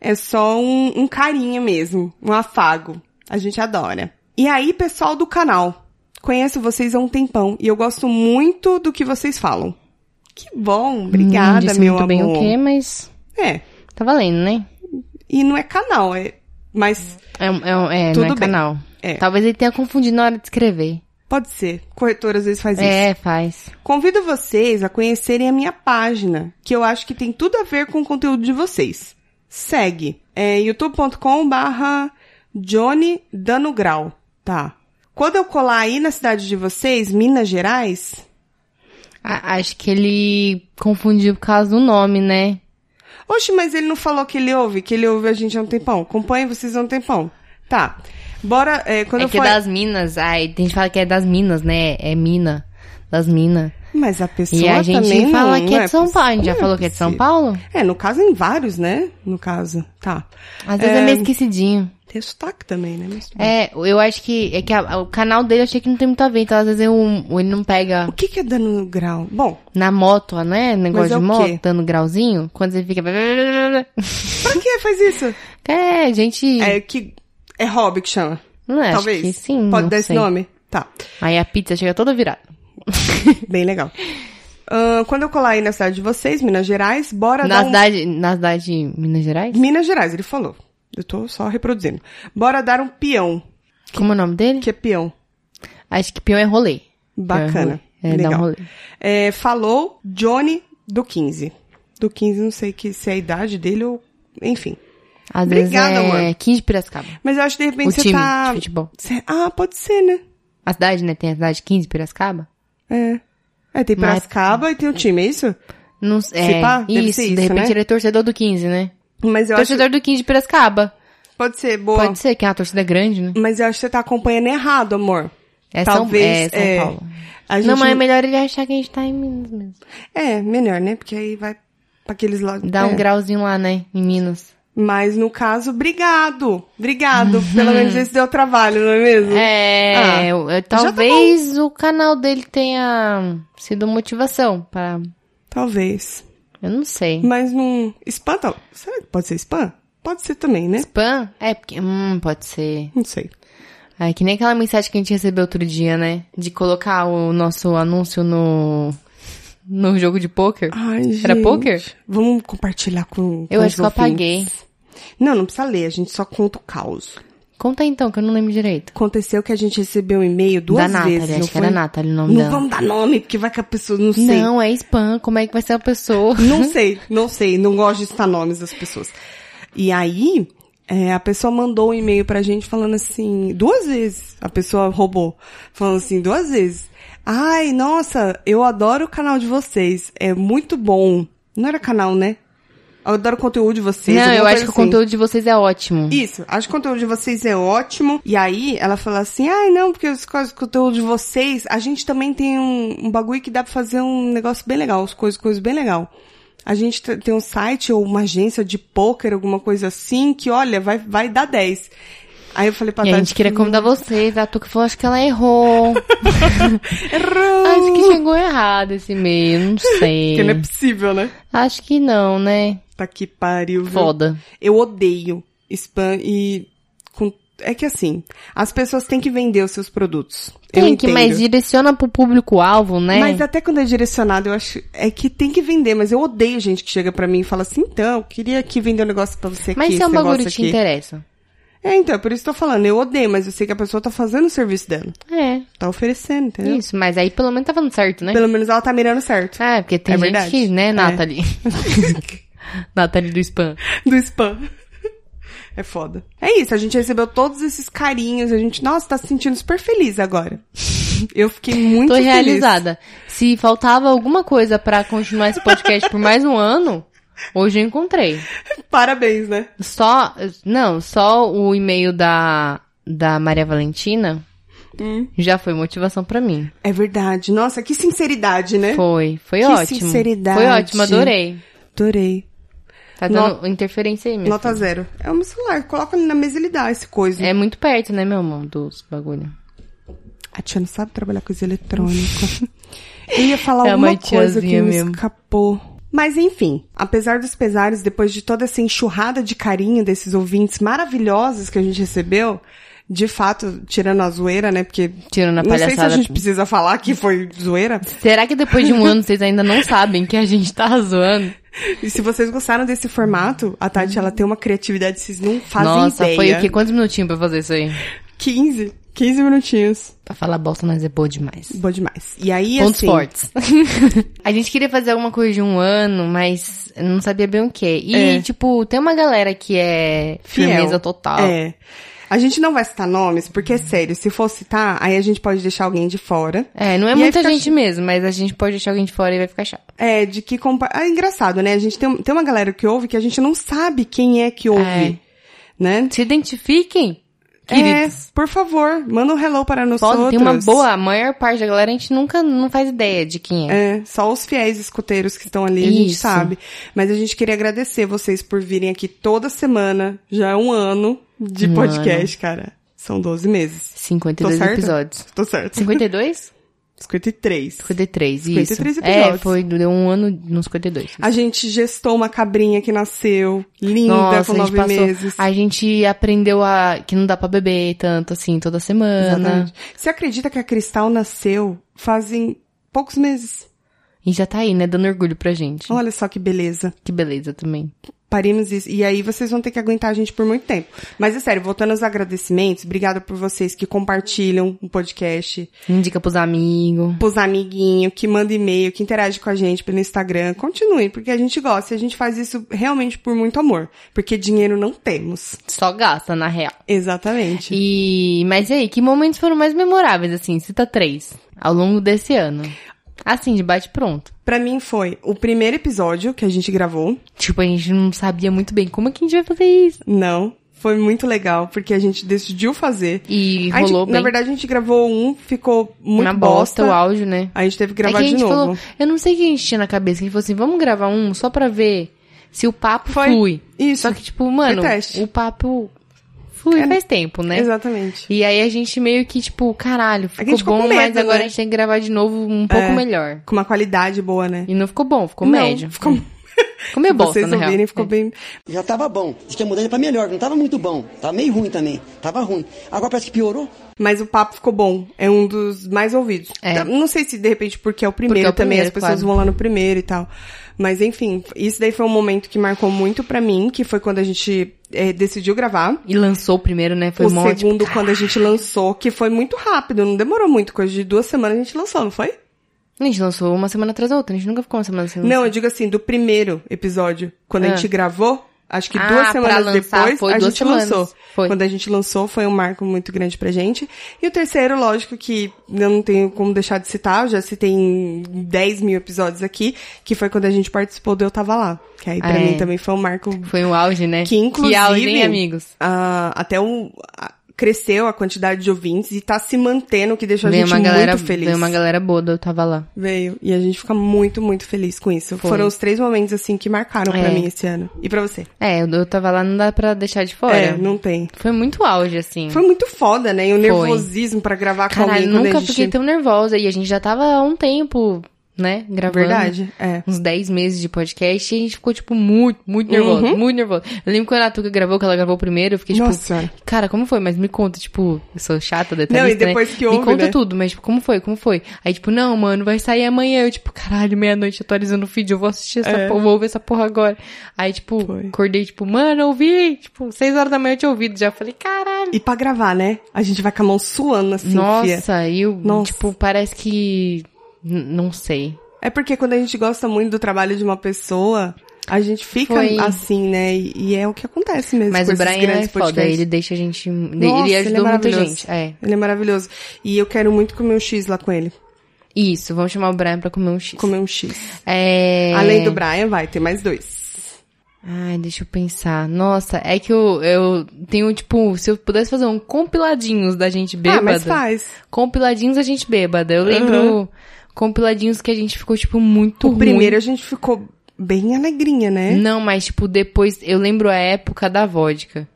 B: é só um, um carinho mesmo, um afago. A gente adora. E aí, pessoal do canal, conheço vocês há um tempão e eu gosto muito do que vocês falam. Que bom,
A: Não
B: obrigada,
A: disse
B: meu
A: Hum, é muito
B: amor.
A: bem o quê, mas
B: É,
A: tá valendo, né?
B: e não é canal, é, mas
A: É, um- é, um- é,
B: Tudo
A: não é
B: bem.
A: canal.
B: É.
A: Talvez ele tenha confundido na hora de escrever.
B: pode ser. Corretor às vezes faz isso.
A: É, faz.
B: Convido vocês a conhecerem a minha página, que eu acho que tem tudo a ver com o conteúdo de vocês. Segue. É youtube.com barra Johnny Dano Grau. Tá. Quando eu colar aí na cidade de vocês, Minas Gerais...
A: A- acho que ele confundiu por causa do nome, né?
B: Oxe, mas ele não falou que ele ouve? Que ele ouve a gente há um tempão. Acompanha vocês há um tempão. Tá. Bora, é, quando
A: é
B: eu
A: que
B: for...
A: é das minas. Ai, tem gente que fala que é das minas, né? É mina. Das minas.
B: Mas a pessoa
A: E a gente
B: também
A: fala
B: não
A: que é de São
B: possi-
A: Paulo. A gente já
B: não
A: falou que é de São
B: possível.
A: Paulo?
B: É, no caso em vários, né? No caso. Tá.
A: Às vezes é, meio esquecidinho.
B: Tem sotaque também, né? Mas tudo
A: É, eu acho que. É que a- o canal dele eu achei que não tem muito a ver. Então, às vezes eu, ele não pega
B: O que, que é dano no grau? Bom,
A: na moto, né? Negócio
B: Mas é
A: de
B: o
A: moto,
B: quê?
A: dando grauzinho. Quando você fica.
B: pra que faz isso?
A: É, gente.
B: É que é hobby que chama.
A: não é,
B: Talvez.
A: Acho que sim.
B: Pode
A: não
B: dar esse
A: sei.
B: nome? Tá.
A: Aí a pizza chega toda virada.
B: Bem legal. Ahn, quando eu colar aí na cidade de vocês, Minas Gerais, bora
A: Na
B: dar um...
A: cidade, na cidade de Minas Gerais?
B: Minas Gerais, ele falou. Eu tô só reproduzindo. Bora dar um peão.
A: Como é o nome dele?
B: Que é peão.
A: Acho que peão é rolê.
B: Bacana.
A: É, rolê. é dá um
B: legal.
A: rolê.
B: É, falou Johnny do 15. Do 15, não sei que, se é a idade dele ou... Enfim.
A: Às
B: Obrigada,
A: vezes é
B: amor.
A: 15 de Piracicaba.
B: Mas eu acho que de repente
A: o
B: você
A: time tipo,
B: tá...
A: de futebol.
B: Cê- Ah, pode ser, né?
A: A cidade, né? Tem a cidade 15 de Piracicaba?
B: É. É, tem
A: Mas-
B: Piracicaba e tem o time, é isso?
A: Não é,
B: pá, deve
A: isso,
B: ser
A: de
B: isso,
A: repente
B: né?
A: ele é torcedor do 15, né?
B: Mas eu acho
A: torcedor do 15 de Piracicaba.
B: Pode ser, boa.
A: Pode ser que é uma torcida grande, né?
B: Mas eu acho que você tá acompanhando errado, amor.
A: É
B: Talvez,
A: São, é
B: é.
A: São Paulo.
B: A gente...
A: Não, mas é melhor ele achar que a gente tá em Minas mesmo.
B: É, melhor, né? Porque aí vai pra aqueles lados.
A: Dá
B: é.
A: um grauzinho lá, né? Em Minas.
B: Mas no caso, obrigado. Obrigado. Pelo menos esse deu trabalho, não é mesmo?
A: É,
B: Ah,
A: eu- eu- talvez o canal dele tenha sido motivação para.
B: Talvez.
A: Eu não sei.
B: Mas não. Spam, tal... será que pode ser spam? Pode ser também, né?
A: Spam? É, porque. Hum, pode ser.
B: Não sei.
A: É que nem aquela mensagem que a gente recebeu outro dia, né? De colocar o nosso anúncio no. no jogo de pôquer.
B: Ai, gente.
A: Era poker?
B: Vamos compartilhar com.
A: Eu
B: com
A: acho
B: os
A: que eu
B: ouvintes.
A: apaguei.
B: Não, não precisa ler, a gente só conta o caos.
A: Conta aí, então, que eu não lembro direito.
B: Aconteceu que a gente recebeu um e-mail duas
A: da Nathalie,
B: vezes.
A: acho
B: não
A: que
B: foi?
A: era Nathalie é o nome
B: Não
A: dela.
B: vamos dar nome, porque vai que a pessoa não sei.
A: Não, é spam. Como é que vai ser a pessoa?
B: Não sei, não sei, não gosto de citar nomes das pessoas. E aí, É, a pessoa mandou um e-mail pra gente falando assim, duas vezes. A pessoa roubou. Falando assim, duas vezes. Ai, nossa, eu adoro o canal de vocês. É muito bom. Não era canal, né? Eu adoro o conteúdo de vocês.
A: Não,
B: alguma
A: eu acho
B: coisa
A: que o
B: assim.
A: conteúdo de vocês é ótimo.
B: Isso, acho que o conteúdo de vocês é ótimo. E aí, ela falou assim, ai não, porque os coisas- o conteúdo de vocês, a gente também tem um, um bagulho que dá pra fazer um negócio bem legal, as coisas, coisas bem legal. A gente te- tem um site ou uma agência de pôquer, alguma coisa assim, que olha, vai, vai dar 10. Aí eu falei pra
A: E a
B: Tati,
A: gente queria convidar vocês. A Tuca falou, acho que ela errou.
B: Errou!
A: acho que chegou errado esse e-mail, não sei.
B: Porque não é possível, né?
A: Acho que não, né?
B: Tá que pariu. viu?
A: Foda.
B: Eu odeio spam e... com- É que assim, as pessoas têm que vender os seus produtos. Eu
A: Tem que,
B: entendo.
A: mas direciona pro público-alvo, né?
B: Mas até quando é direcionado, eu acho é que tem que vender, mas eu odeio gente que chega pra mim e fala assim, então, eu queria aqui vender um negócio pra você aqui,
A: Mas se é um
B: esse negócio
A: bagulho que te
B: aqui.
A: interessa.
B: É, então, por isso que eu tô falando, eu odeio, mas eu sei que a pessoa tá fazendo o serviço dela.
A: É,
B: Tá oferecendo, entendeu?
A: isso. Mas aí pelo menos tá falando certo, né?
B: Pelo menos ela tá mirando certo.
A: Ah, porque tem
B: É
A: gente
B: verdade.
A: que, né,
B: É.
A: Nathalie? Nathalie do spam.
B: Do spam. É foda. É isso, a gente recebeu todos esses carinhos, a gente, nossa, tá se sentindo super feliz agora. Eu fiquei muito
A: Tô
B: feliz.
A: realizada. Se faltava alguma coisa pra continuar esse podcast por mais um ano, hoje eu encontrei.
B: Parabéns, né?
A: Só, não, só o e-mail da, da Maria Valentina
B: Hum.
A: já foi motivação pra mim.
B: É verdade. Nossa, que sinceridade, né?
A: Foi, foi
B: Que
A: ótimo.
B: sinceridade.
A: Foi ótimo, adorei.
B: Adorei.
A: Tá dando interferência aí mesmo.
B: Nota zero. É um celular. Coloca ali na mesa e ele dá esse coisa.
A: É muito perto, né, meu amor, dos bagulho.
B: A tia não sabe trabalhar com coisa eletrônica. Eu ia falar
A: É uma
B: alguma coisa que
A: tiazinha
B: me
A: mesmo.
B: escapou. Mas enfim, apesar dos pesares, depois de toda essa enxurrada de carinho desses ouvintes maravilhosos que a gente recebeu, de fato, tirando a zoeira, né? Porque
A: Tirando a
B: não sei se a
A: palhaçada.
B: gente precisa falar que foi zoeira.
A: Será que depois de um ano vocês ainda não sabem que a gente tá zoando?
B: E se vocês gostaram desse formato, a Tati, ela tem uma criatividade, vocês não fazem
A: Nossa,
B: ideia.
A: foi o quê? Quantos minutinhos pra fazer isso aí?
B: 15, 15 minutinhos.
A: Pra falar bosta, nós é boa demais.
B: Boa demais. E aí,
A: Pontos
B: assim...
A: fortes. a gente queria fazer alguma coisa de um ano, mas não sabia bem o quê. E,
B: É.
A: tipo, tem uma galera que é
B: Fiel.
A: firmeza total.
B: É. A gente não vai citar nomes, porque é sério, se for citar, aí a gente pode deixar alguém de fora.
A: É, não é
B: E aí
A: muita
B: fica
A: gente mesmo, mas a gente pode deixar alguém de fora e vai ficar chato.
B: É, de que compa... ah, É engraçado, né? A gente tem, tem uma galera que ouve que a gente não sabe quem é que ouve. Né?
A: Se identifiquem, queridos.
B: É, por favor, manda um hello para nós
A: Pode,
B: outros.
A: tem uma boa, a maior parte da galera a gente nunca não faz ideia de quem é.
B: É, só os fiéis escuteiros que estão ali, a gente
A: Isso.
B: sabe. Mas a gente queria agradecer vocês por virem aqui toda semana. Já é um ano de
A: Um
B: podcast, cara. São 12 meses. Tô
A: 52
B: certa?
A: episódios.
B: Tô certo.
A: 52?
B: 53.
A: 53, isso.
B: 53
A: é,
B: episódios.
A: foi, deu um ano nos 52.
B: A gente gestou uma cabrinha que nasceu, linda,
A: Nossa,
B: tá com
A: a gente
B: nove
A: passou-
B: meses.
A: A gente aprendeu a que não dá pra beber tanto assim toda semana.
B: Exatamente. Você acredita que a Cristal nasceu fazem poucos meses?
A: E já tá aí, né? Dando orgulho pra gente.
B: Olha só que beleza.
A: Que beleza também.
B: Parimos isso. E aí vocês vão ter que aguentar a gente por muito tempo. Mas é sério, voltando aos agradecimentos, obrigada por vocês que compartilham o podcast,
A: Indica pros amigos.
B: pros amiguinhos, que mandam e-mail, que interagem com a gente pelo Instagram. Continuem, porque a gente gosta e a gente faz isso realmente por muito amor. Porque dinheiro não temos.
A: Só gasta, na real.
B: Exatamente.
A: E. Mas e aí, que momentos foram mais memoráveis, assim? Cita três. Ao longo desse ano. Assim, de bate pronto.
B: Pra mim foi o primeiro episódio que a gente gravou.
A: Tipo, a gente não sabia muito bem como é que a gente vai fazer isso.
B: Não, foi muito legal, porque a gente decidiu fazer.
A: E
B: A gente-
A: rolou
B: Na
A: bem.
B: verdade, a gente gravou um, ficou muito
A: uma bosta,
B: bosta.
A: o áudio, né?
B: Aí a gente teve que
A: É que
B: gravar
A: a
B: de
A: gente
B: novo.
A: falou, eu não sei o que a gente tinha na cabeça, que a gente falou assim, vamos gravar um só pra ver se o papo
B: Foi.
A: flui.
B: Isso.
A: Só que, tipo, mano,
B: teste.
A: o papo flui
B: É.
A: faz tempo, né?
B: Exatamente.
A: E aí a gente meio que, tipo, caralho,
B: que a
A: ficou
B: gente ficou
A: bom,
B: com medo,
A: mas agora
B: né?
A: a gente tem que gravar de novo um pouco melhor.
B: Com uma qualidade boa, né?
A: E não ficou bom, ficou
B: Não,
A: médio.
B: Ficou...
A: Ficou meio
B: Se
A: bosta,
B: vocês
A: na real.
B: ouvirem, ficou
A: É.
B: bem...
C: Já tava bom. Diz que a mudança pra melhor, não tava muito bom. Tava meio ruim também. Tava ruim. Agora parece que piorou.
B: Mas o papo ficou bom. É um dos mais ouvidos. Então,
A: É.
B: Não sei se, de repente, porque é o primeiro
A: Porque é o
B: também.
A: primeiro,
B: as pessoas
A: claro.
B: vão lá no primeiro e tal. Mas, enfim, isso daí foi um momento que marcou muito pra mim, que foi quando a gente eh, decidiu gravar.
A: E lançou o primeiro, né? Foi
B: o
A: mó, tipo,
B: segundo, quando a gente lançou, que foi muito rápido, não demorou muito, coisa de duas semanas a gente lançou, não foi?
A: A gente lançou uma semana atrás da outra, a gente nunca ficou uma semana sem lançar.
B: Não, eu digo assim, do primeiro episódio, quando
A: Ah.
B: a gente gravou, Acho que
A: Ah,
B: duas
A: pra
B: semanas
A: lançar
B: depois
A: foi
B: a
A: duas
B: gente
A: semanas.
B: lançou.
A: Foi.
B: Quando a gente lançou foi um marco muito grande pra gente. E o terceiro, lógico que eu não tenho como deixar de citar, eu já citei em 10 mil episódios aqui, que foi quando a gente participou do Eu Tava Lá. Que aí pra
A: Ah, é.
B: mim também foi um marco
A: Foi um auge, né?
B: que inclusive...
A: Que auge, hein, amigos?
B: ah, até o... a- cresceu a quantidade de ouvintes e tá se mantendo, o que deixou
A: Veio
B: a gente
A: uma galera,
B: muito feliz.
A: veio uma galera boa, eu tava lá.
B: Veio. E a gente fica muito, muito feliz com isso.
A: Foi.
B: Foram os três momentos, assim, que marcaram pra
A: É.
B: mim esse ano. E pra você?
A: É, eu eu tava lá, não dá pra deixar de fora.
B: É, não tem.
A: Foi muito auge, assim.
B: Foi muito foda, né? E o
A: Foi.
B: nervosismo pra gravar com
A: Caralho,
B: alguém quando
A: nunca
B: a gente...
A: fiquei tão nervosa. E a gente já tava há um tempo, né, gravando.
B: Verdade, é.
A: Uns 10 meses de podcast e a gente ficou, tipo, muito, muito nervosa. Muito nervosa. Eu lembro quando a Tuca gravou, que ela gravou primeiro, eu fiquei, tipo...
B: Uhum. Nossa senhora.
A: Cara, como foi? Mas me conta, tipo, eu sou chata, detalhista,
B: Não, e
A: né?
B: depois que
A: Me
B: ouve,
A: conta
B: né?
A: tudo, mas tipo, como foi? Como foi? Aí, tipo, não, mano, vai sair amanhã. Eu, tipo, caralho, meia-noite atualizando o vídeo, eu vou assistir essa porra, vou ouvir essa porra agora. Aí, tipo,
B: É. Foi.
A: acordei, tipo, mano, ouvi. Tipo, seis horas da manhã eu tinha ouvido já. Falei, caralho.
B: E pra gravar, né? A gente vai com a mão suando, assim, fia.
A: Nossa, e eu,
B: Nossa.
A: tipo, parece que. n- Não sei.
B: É porque quando a gente gosta muito do trabalho de uma pessoa, a gente fica
A: Foi.
B: assim, né? E, e é o que acontece mesmo
A: Mas
B: com
A: o
B: esses
A: Brian é
B: grandes
A: foda,
B: podcasts.
A: ele deixa a gente.
B: Nossa,
A: ele
B: ele é
A: ajudou muita
B: maravilhoso.
A: gente. É.
B: Ele é maravilhoso. E eu quero muito comer um X lá com ele.
A: Isso, vamos chamar o Brian pra comer um X.
B: Comer um X.
A: É...
B: Além do Brian, vai, tem mais dois. Ah,
A: Ai, deixa eu pensar. Nossa, é que eu, eu tenho, tipo, se eu pudesse fazer um compiladinhos da gente bêbada.
B: Ah, mas faz.
A: Compiladinhos da gente bêbada. Eu lembro compiladinhos que a gente ficou, tipo, muito
B: O
A: ruim.
B: primeiro a gente ficou bem alegrinha, né?
A: Não, mas, tipo, depois. Eu lembro a época da vodka.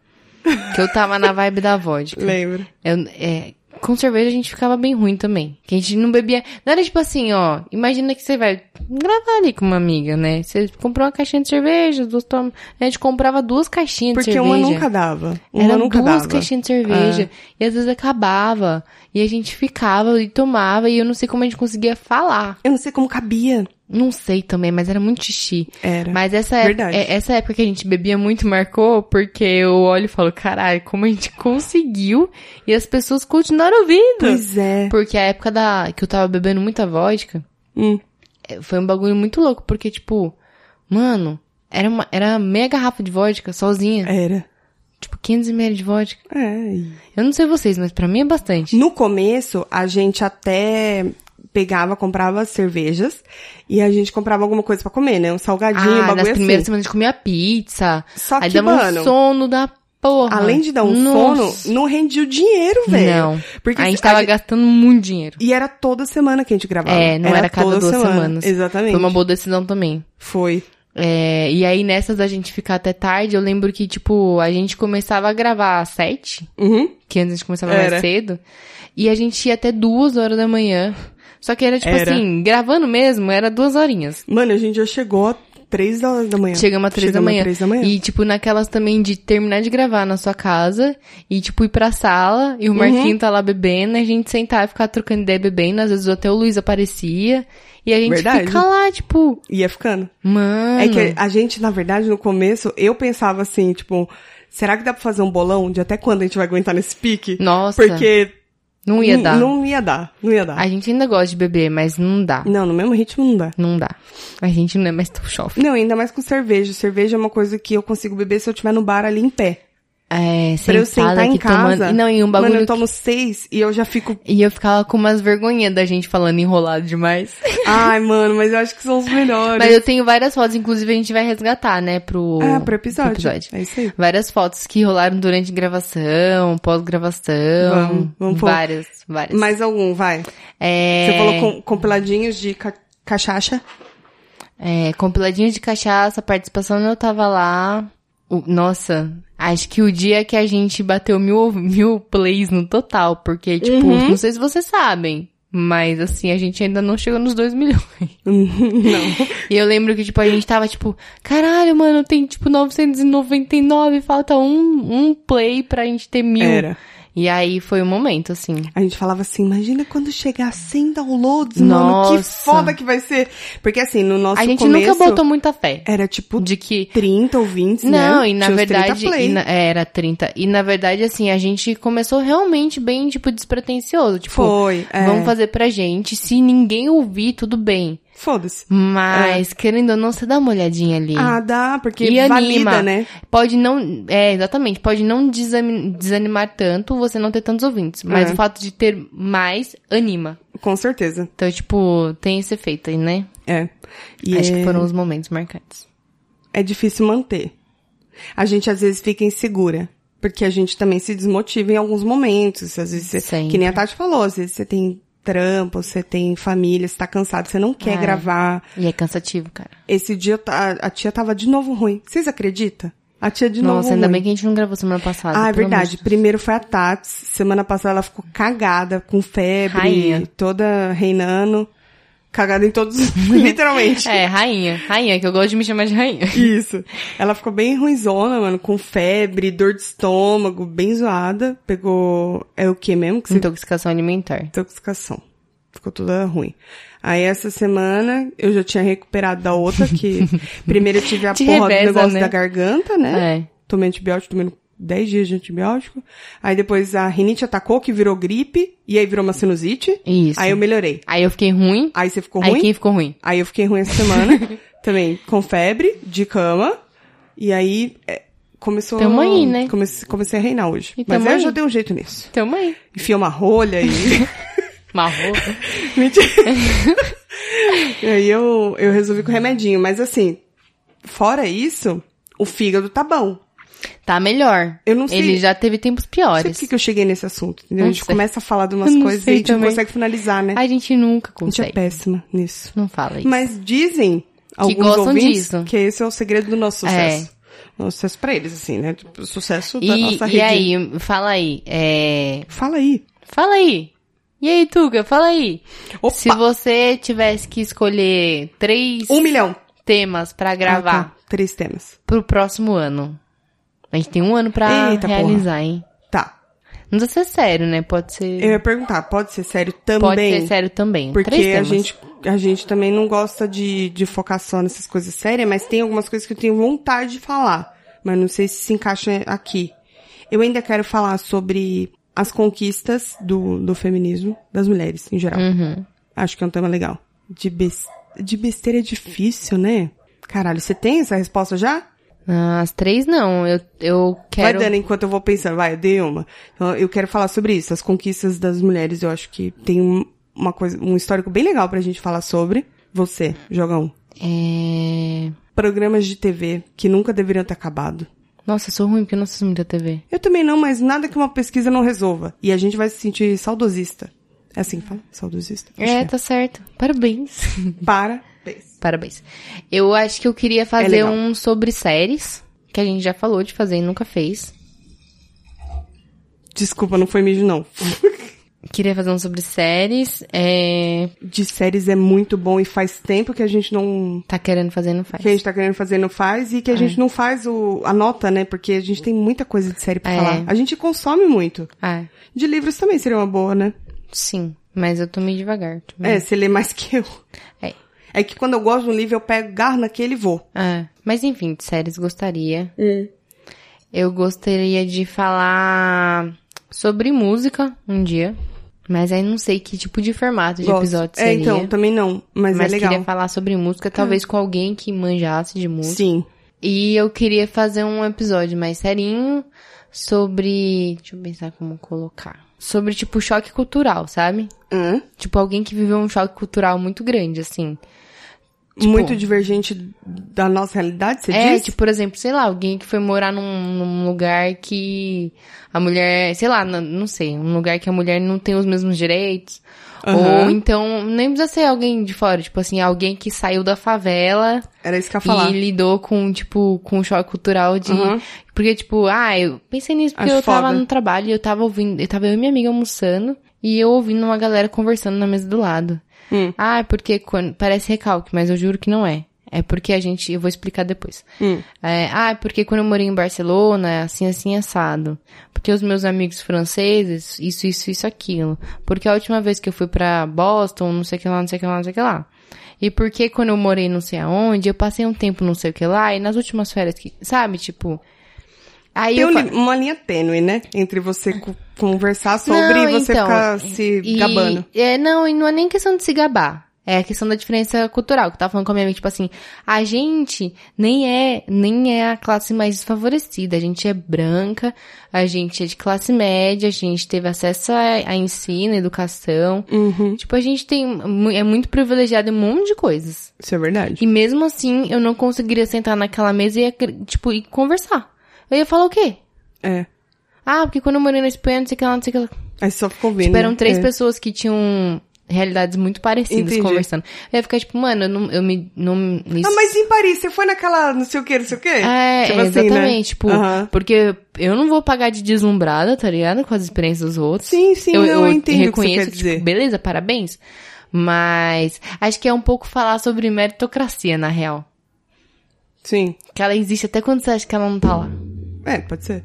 A: Que eu tava na vibe da vodka.
B: Lembro.
A: Eu- é, com cerveja a gente ficava bem ruim também. Que a gente não bebia. Não era tipo assim, ó. Imagina que você vai gravar ali com uma amiga, né? Você comprou uma caixinha de cerveja, duas tomas. A gente comprava duas caixinhas de
B: Porque
A: cerveja.
B: uma nunca dava. Uma
A: Era
B: nunca
A: duas
B: dava. Ah.
A: caixinhas de cerveja. E às vezes acabava. E a gente ficava e tomava. E eu não sei como a gente conseguia falar.
B: Eu não sei como cabia.
A: Não sei também, mas era muito xixi.
B: Era.
A: Mas essa, é-
B: Verdade.
A: é- essa época que a gente bebia muito marcou, porque eu olho e falo, caralho, como a gente conseguiu e as pessoas continuaram ouvindo.
B: Pois é.
A: Porque a época da que eu tava bebendo muita vodka,
B: Hum.
A: é, foi um bagulho muito louco, porque, tipo, mano, era, uma, era meia garrafa de vodka sozinha.
B: Era.
A: Tipo, 500ml de vodka.
B: É. e-
A: Eu não sei vocês, mas pra mim é bastante.
B: No começo, a gente até pegava, comprava cervejas e a gente comprava alguma coisa pra comer, né? Um salgadinho, um
A: ah, nas
B: bagulho assim.
A: primeiras semanas a gente comia pizza.
B: Só
A: aí
B: que,
A: dava
B: mano,
A: um sono da porra.
B: Além de dar um
A: Nossa.
B: sono, não rendia o dinheiro, velho.
A: Não.
B: Porque
A: a gente tava gastando muito dinheiro.
B: E era toda semana que a gente gravava.
A: É, não era, cada
B: toda
A: duas
B: semana.
A: semanas.
B: Exatamente.
A: Foi uma boa decisão também.
B: Foi.
A: É, e aí nessas da gente ficar até tarde, eu lembro que, tipo, a gente começava a gravar às sete,
B: Uhum.
A: que antes a gente começava
B: Era.
A: mais cedo, e a gente ia até duas horas da manhã. Só que era, tipo
B: Era.
A: assim, gravando mesmo, era duas horinhas.
B: Mano, a gente já chegou a três horas da manhã.
A: Chegamos às três da
B: É. Chegamos
A: manhã.
B: às três da manhã.
A: E, tipo, naquelas também de terminar de gravar na sua casa e, tipo, ir pra sala
B: Uhum.
A: e o Marquinho tá lá bebendo, a gente sentar e ficar trocando ideia bebendo, às vezes até o Luiz aparecia. E a gente
B: Verdade.
A: fica lá, tipo,
B: Ia ficando.
A: mano.
B: É que a gente, na verdade, no começo, eu pensava assim, tipo, será que dá pra fazer um bolão de até quando a gente vai aguentar nesse pique?
A: Nossa,
B: Porque
A: não ia
B: n-
A: dar.
B: Não ia dar, não ia dar.
A: A gente ainda gosta de beber, mas não dá.
B: Não, no mesmo ritmo não dá.
A: Não dá. A gente não é mais tão jovem.
B: Não, ainda mais com cerveja. Cerveja é uma coisa que eu consigo beber se eu estiver no bar ali em pé.
A: É,
B: Pra eu
A: sentada
B: sentar em
A: aqui tomando-
B: casa.
A: Não, e um bagulho...
B: Mano, eu tomo seis e eu já fico.
A: que- E eu ficava com umas vergonhas da gente falando enrolado demais.
B: Ai, mano, mas eu acho que são os melhores.
A: Mas eu tenho várias fotos, inclusive a gente vai resgatar, né, pro...
B: Ah, pro episódio. É isso aí.
A: Várias fotos que rolaram durante gravação, pós-gravação.
B: Vamos, vamos pôr.
A: Várias, várias.
B: Mais algum, vai.
A: É...
B: Você falou com, compiladinhos de ca cachaça.
A: É, compiladinho de cachaça, participação eu tava lá. O- nossa, acho que o dia que a gente bateu mil, ouv- mil plays no total, porque, tipo,
B: Uhum.
A: não sei se vocês sabem, mas assim, a gente ainda não chegou nos dois milhões.
B: não.
A: E eu lembro que, tipo, a gente tava, tipo, caralho, mano, tem, tipo, 999, falta um, um play pra gente ter mil.
B: Era.
A: E aí foi o momento, assim.
B: A gente falava assim, imagina quando chegar a 100 downloads, mano, que
A: Nossa.
B: foda que vai ser. Porque assim, no nosso
A: a gente
B: começo,
A: nunca botou muita fé.
B: era tipo
A: De que
B: 30 ouvintes, né?
A: Não, e na
B: Tinha uns 30
A: verdade.
B: play.
A: e na- é, era 30. E na verdade, assim, a gente começou realmente bem, tipo, despretensioso. Tipo,
B: Foi, é.
A: vamos fazer pra gente. Se ninguém ouvir, tudo bem.
B: Foda-se.
A: Mas, querendo ou não, você dá uma olhadinha ali.
B: É. Ah, dá, porque
A: e
B: valida,
A: anima.
B: né?
A: Pode não. É, exatamente. Pode não desami- desanimar tanto você não ter tantos ouvintes. Mas
B: É.
A: o fato de ter mais anima.
B: Com certeza.
A: Então, tipo, tem esse efeito aí, né?
B: É. E
A: Acho
B: é,
A: que foram os momentos marcantes.
B: é difícil manter. A gente às vezes fica insegura. Porque a gente também se desmotiva em alguns momentos. Às vezes você,
A: Sempre.
B: Que nem a Tati falou, às vezes você tem trampo, você tem família, você tá cansado, você não quer
A: Ah.
B: gravar.
A: E é cansativo, cara.
B: Esse dia eu ta- a, a tia tava de novo ruim. Vocês acreditam? A tia de novo
A: Nossa, ainda
B: ruim.
A: bem que a gente não gravou semana passada.
B: Ah, é
A: pelo amor
B: verdade.
A: de Deus.
B: Primeiro foi a Tats. Semana passada ela ficou cagada, com febre,
A: Rainha.
B: toda reinando. Cagada em todos, literalmente.
A: É, rainha. Rainha, que eu gosto de me chamar de rainha.
B: Isso. Ela ficou bem ruinzona, mano, com febre, dor de estômago, bem zoada. Pegou, é o que mesmo?
A: Então-
B: Que você...
A: Intoxicação alimentar.
B: Intoxicação. Ficou toda ruim. Aí essa semana eu já tinha recuperado da outra, que primeiro eu tive a
A: Te
B: porra
A: reveza,
B: do negócio
A: né?
B: da garganta, né?
A: É.
B: Tomei antibiótico, tomei 10 dias de antibiótico. Aí depois a rinite atacou, que virou gripe, e aí virou uma sinusite.
A: Isso.
B: Aí eu melhorei.
A: Aí eu fiquei ruim.
B: Aí você ficou
A: aí
B: ruim?
A: quem ficou ruim?
B: Aí eu fiquei ruim essa semana, também com febre, de cama. E aí é, começou.
A: Tamo aí, né?
B: Comecei, comecei a reinar hoje.
A: E
B: Mas
A: tamo
B: eu
A: aí.
B: já dei um jeito nisso.
A: Tamo aí.
B: Enfiei uma rolha e.
A: Marrou.
B: Mentira. e aí eu, eu resolvi com remedinho. Mas assim, fora isso, o fígado tá bom.
A: Tá melhor.
B: Eu não sei-
A: Ele já teve tempos
B: Não sei
A: piores.
B: por que que eu cheguei nesse assunto, entendeu?
A: Não
B: a gente
A: sei.
B: começa a falar de umas
A: Eu não
B: coisas e
A: sei
B: a gente não
A: também.
B: consegue finalizar, né?
A: A gente nunca
B: a gente é
A: consegue.
B: péssima nisso.
A: Não fala isso.
B: Mas dizem alguns
A: gostam
B: ouvintes
A: disso. É.
B: que esse é o segredo do nosso sucesso. Nosso sucesso pra eles, assim, né? Tipo, o sucesso da
A: e,
B: nossa
A: e
B: rede.
A: aí, fala aí. É...
B: Fala aí.
A: Fala aí. E aí, Tuga, fala aí.
B: Opa!
A: Se você tivesse que escolher três
B: Um milhão.
A: temas pra
B: Ah,
A: gravar
B: tá. Três temas.
A: pro próximo ano. A gente tem um ano pra
B: Eita, porra.
A: realizar, hein?
B: Tá.
A: Não precisa ser sério, né? Pode ser.
B: Eu ia perguntar, pode ser sério também?
A: Pode ser sério também.
B: Porque
A: Três
B: a
A: temas.
B: gente, a gente também não gosta de, de focar só nessas coisas sérias, mas tem algumas coisas que eu tenho vontade de falar, mas não sei se se encaixa aqui. Eu ainda quero falar sobre as conquistas do, do feminismo das mulheres, em geral.
A: Uhum.
B: Acho que é um tema legal. De, bes- de besteira é difícil, né? Caralho, você tem essa resposta já?
A: Ah, As três não. Eu, eu quero.
B: Vai dando enquanto eu vou pensando. Vai, eu dei uma. Então, Eu, eu quero falar sobre isso. As conquistas das mulheres, eu acho que tem um, uma coisa, um histórico bem legal pra gente falar sobre. Você, joga um.
A: É...
B: Programas de TV que nunca deveriam ter acabado.
A: Nossa, eu sou ruim porque eu não assisto muita TV.
B: Eu também não, mas nada que uma pesquisa não resolva. E a gente vai se sentir saudosista. É assim que fala? Saudosista? Acho
A: É,
B: que
A: tá certo. Parabéns.
B: é. Para. Pensa.
A: Parabéns. Eu acho que eu queria fazer
B: É legal.
A: um sobre séries, que a gente já falou de fazer e nunca fez.
B: Desculpa, não foi mijo, não.
A: Queria fazer um sobre séries. É...
B: De séries é muito bom e faz tempo que a gente não,
A: Tá querendo fazer, não faz. É.
B: que a gente tá querendo fazer não faz e que a gente não faz o, a nota, né? Porque a gente tem muita coisa de série pra
A: É.
B: falar. A gente consome muito.
A: Ah,
B: De livros também seria uma boa, né?
A: sim. Mas eu tô meio devagar. Tô
B: É,
A: meio...
B: você lê mais que eu.
A: É.
B: É que quando eu gosto de um livro, eu pego, garro naquele e vou.
A: Ah, mas enfim, de séries gostaria.
B: Hum.
A: Eu gostaria de falar sobre música um dia. Mas aí não sei que tipo de formato de
B: Gosto.
A: episódio
B: É,
A: seria.
B: então, também não. Mas,
A: mas
B: é legal. Hum.
A: queria falar sobre música, talvez com alguém que manjasse de música.
B: Sim.
A: E eu queria fazer um episódio mais serinho sobre. Deixa eu pensar como colocar. Sobre, tipo, choque cultural, sabe?
B: Hã?
A: Tipo, alguém que viveu um choque cultural muito grande, assim. Tipo-
B: muito divergente da nossa realidade, você
A: é,
B: diz?
A: tipo, por exemplo, sei lá, alguém que foi morar num, num lugar que a mulher, sei lá, n- não sei, um lugar que a mulher não tem os mesmos direitos.
B: Aham.
A: Ou então, nem precisa ser alguém de fora, tipo assim, alguém que saiu da favela
B: Era isso que eu ia falar.
A: e lidou com, tipo, com o choque cultural de.
B: Aham.
A: Porque, tipo, ah, eu pensei nisso porque
B: Acho
A: eu tava
B: foda.
A: no trabalho, e eu tava ouvindo, eu tava eu e minha amiga almoçando e eu ouvindo uma galera conversando na mesa do lado.
B: Hum.
A: Ah, é porque quando, parece recalque, mas eu juro que não é. É porque a gente, eu vou explicar depois.
B: Hum.
A: É, ah, é porque quando eu morei em Barcelona, assim, assim, assado. Porque os meus amigos franceses, isso, isso, isso, aquilo. Porque a última vez que eu fui pra Boston, não sei o que lá, não sei o que lá, não sei o que lá. E porque quando eu morei não sei aonde, eu passei um tempo não sei o que lá, e nas últimas férias que, sabe, tipo... Aí
B: Tem
A: eu...
B: um
A: fa-
B: li- uma linha tênue, né? Entre você co- conversar sobre
A: Não,
B: e você
A: então,
B: ficar se
A: e-
B: gabando.
A: É, não, e não é nem questão de se gabar. É a questão da diferença cultural, que eu tava falando com a minha amiga, tipo assim, a gente nem é, nem é a classe mais desfavorecida, a gente é branca, a gente é de classe média, a gente teve acesso a, a ensino, educação.
B: Uhum.
A: Tipo, a gente tem, mu- é muito privilegiado em um monte de coisas.
B: Isso é verdade.
A: E mesmo assim, eu não conseguiria sentar naquela mesa e, acre- tipo, e conversar. Eu ia falar o quê?
B: É.
A: Ah, porque quando eu morei na Espanha, não sei o que lá, não sei o que lá.
B: Aí só ficou vendo.
A: Tipo, eram três
B: É.
A: pessoas que tinham realidades muito parecidas
B: Entendi.
A: conversando. Eu ia ficar tipo, mano, eu não, eu me, não, isso-
B: Ah, mas em Paris, você foi naquela não sei o que, não sei o que?
A: É,
B: tipo
A: é,
B: assim,
A: exatamente,
B: Né?
A: tipo,
B: Aham.
A: porque eu não vou pagar de deslumbrada, tá ligado? Com as experiências dos outros.
B: Sim, sim,
A: eu,
B: não, eu,
A: eu
B: entendo o que você
A: reconheço,
B: quer
A: tipo,
B: dizer.
A: beleza, parabéns. Mas acho que é um pouco falar sobre meritocracia, na real.
B: Sim.
A: Que ela existe até quando você acha que ela não tá lá.
B: É, pode ser.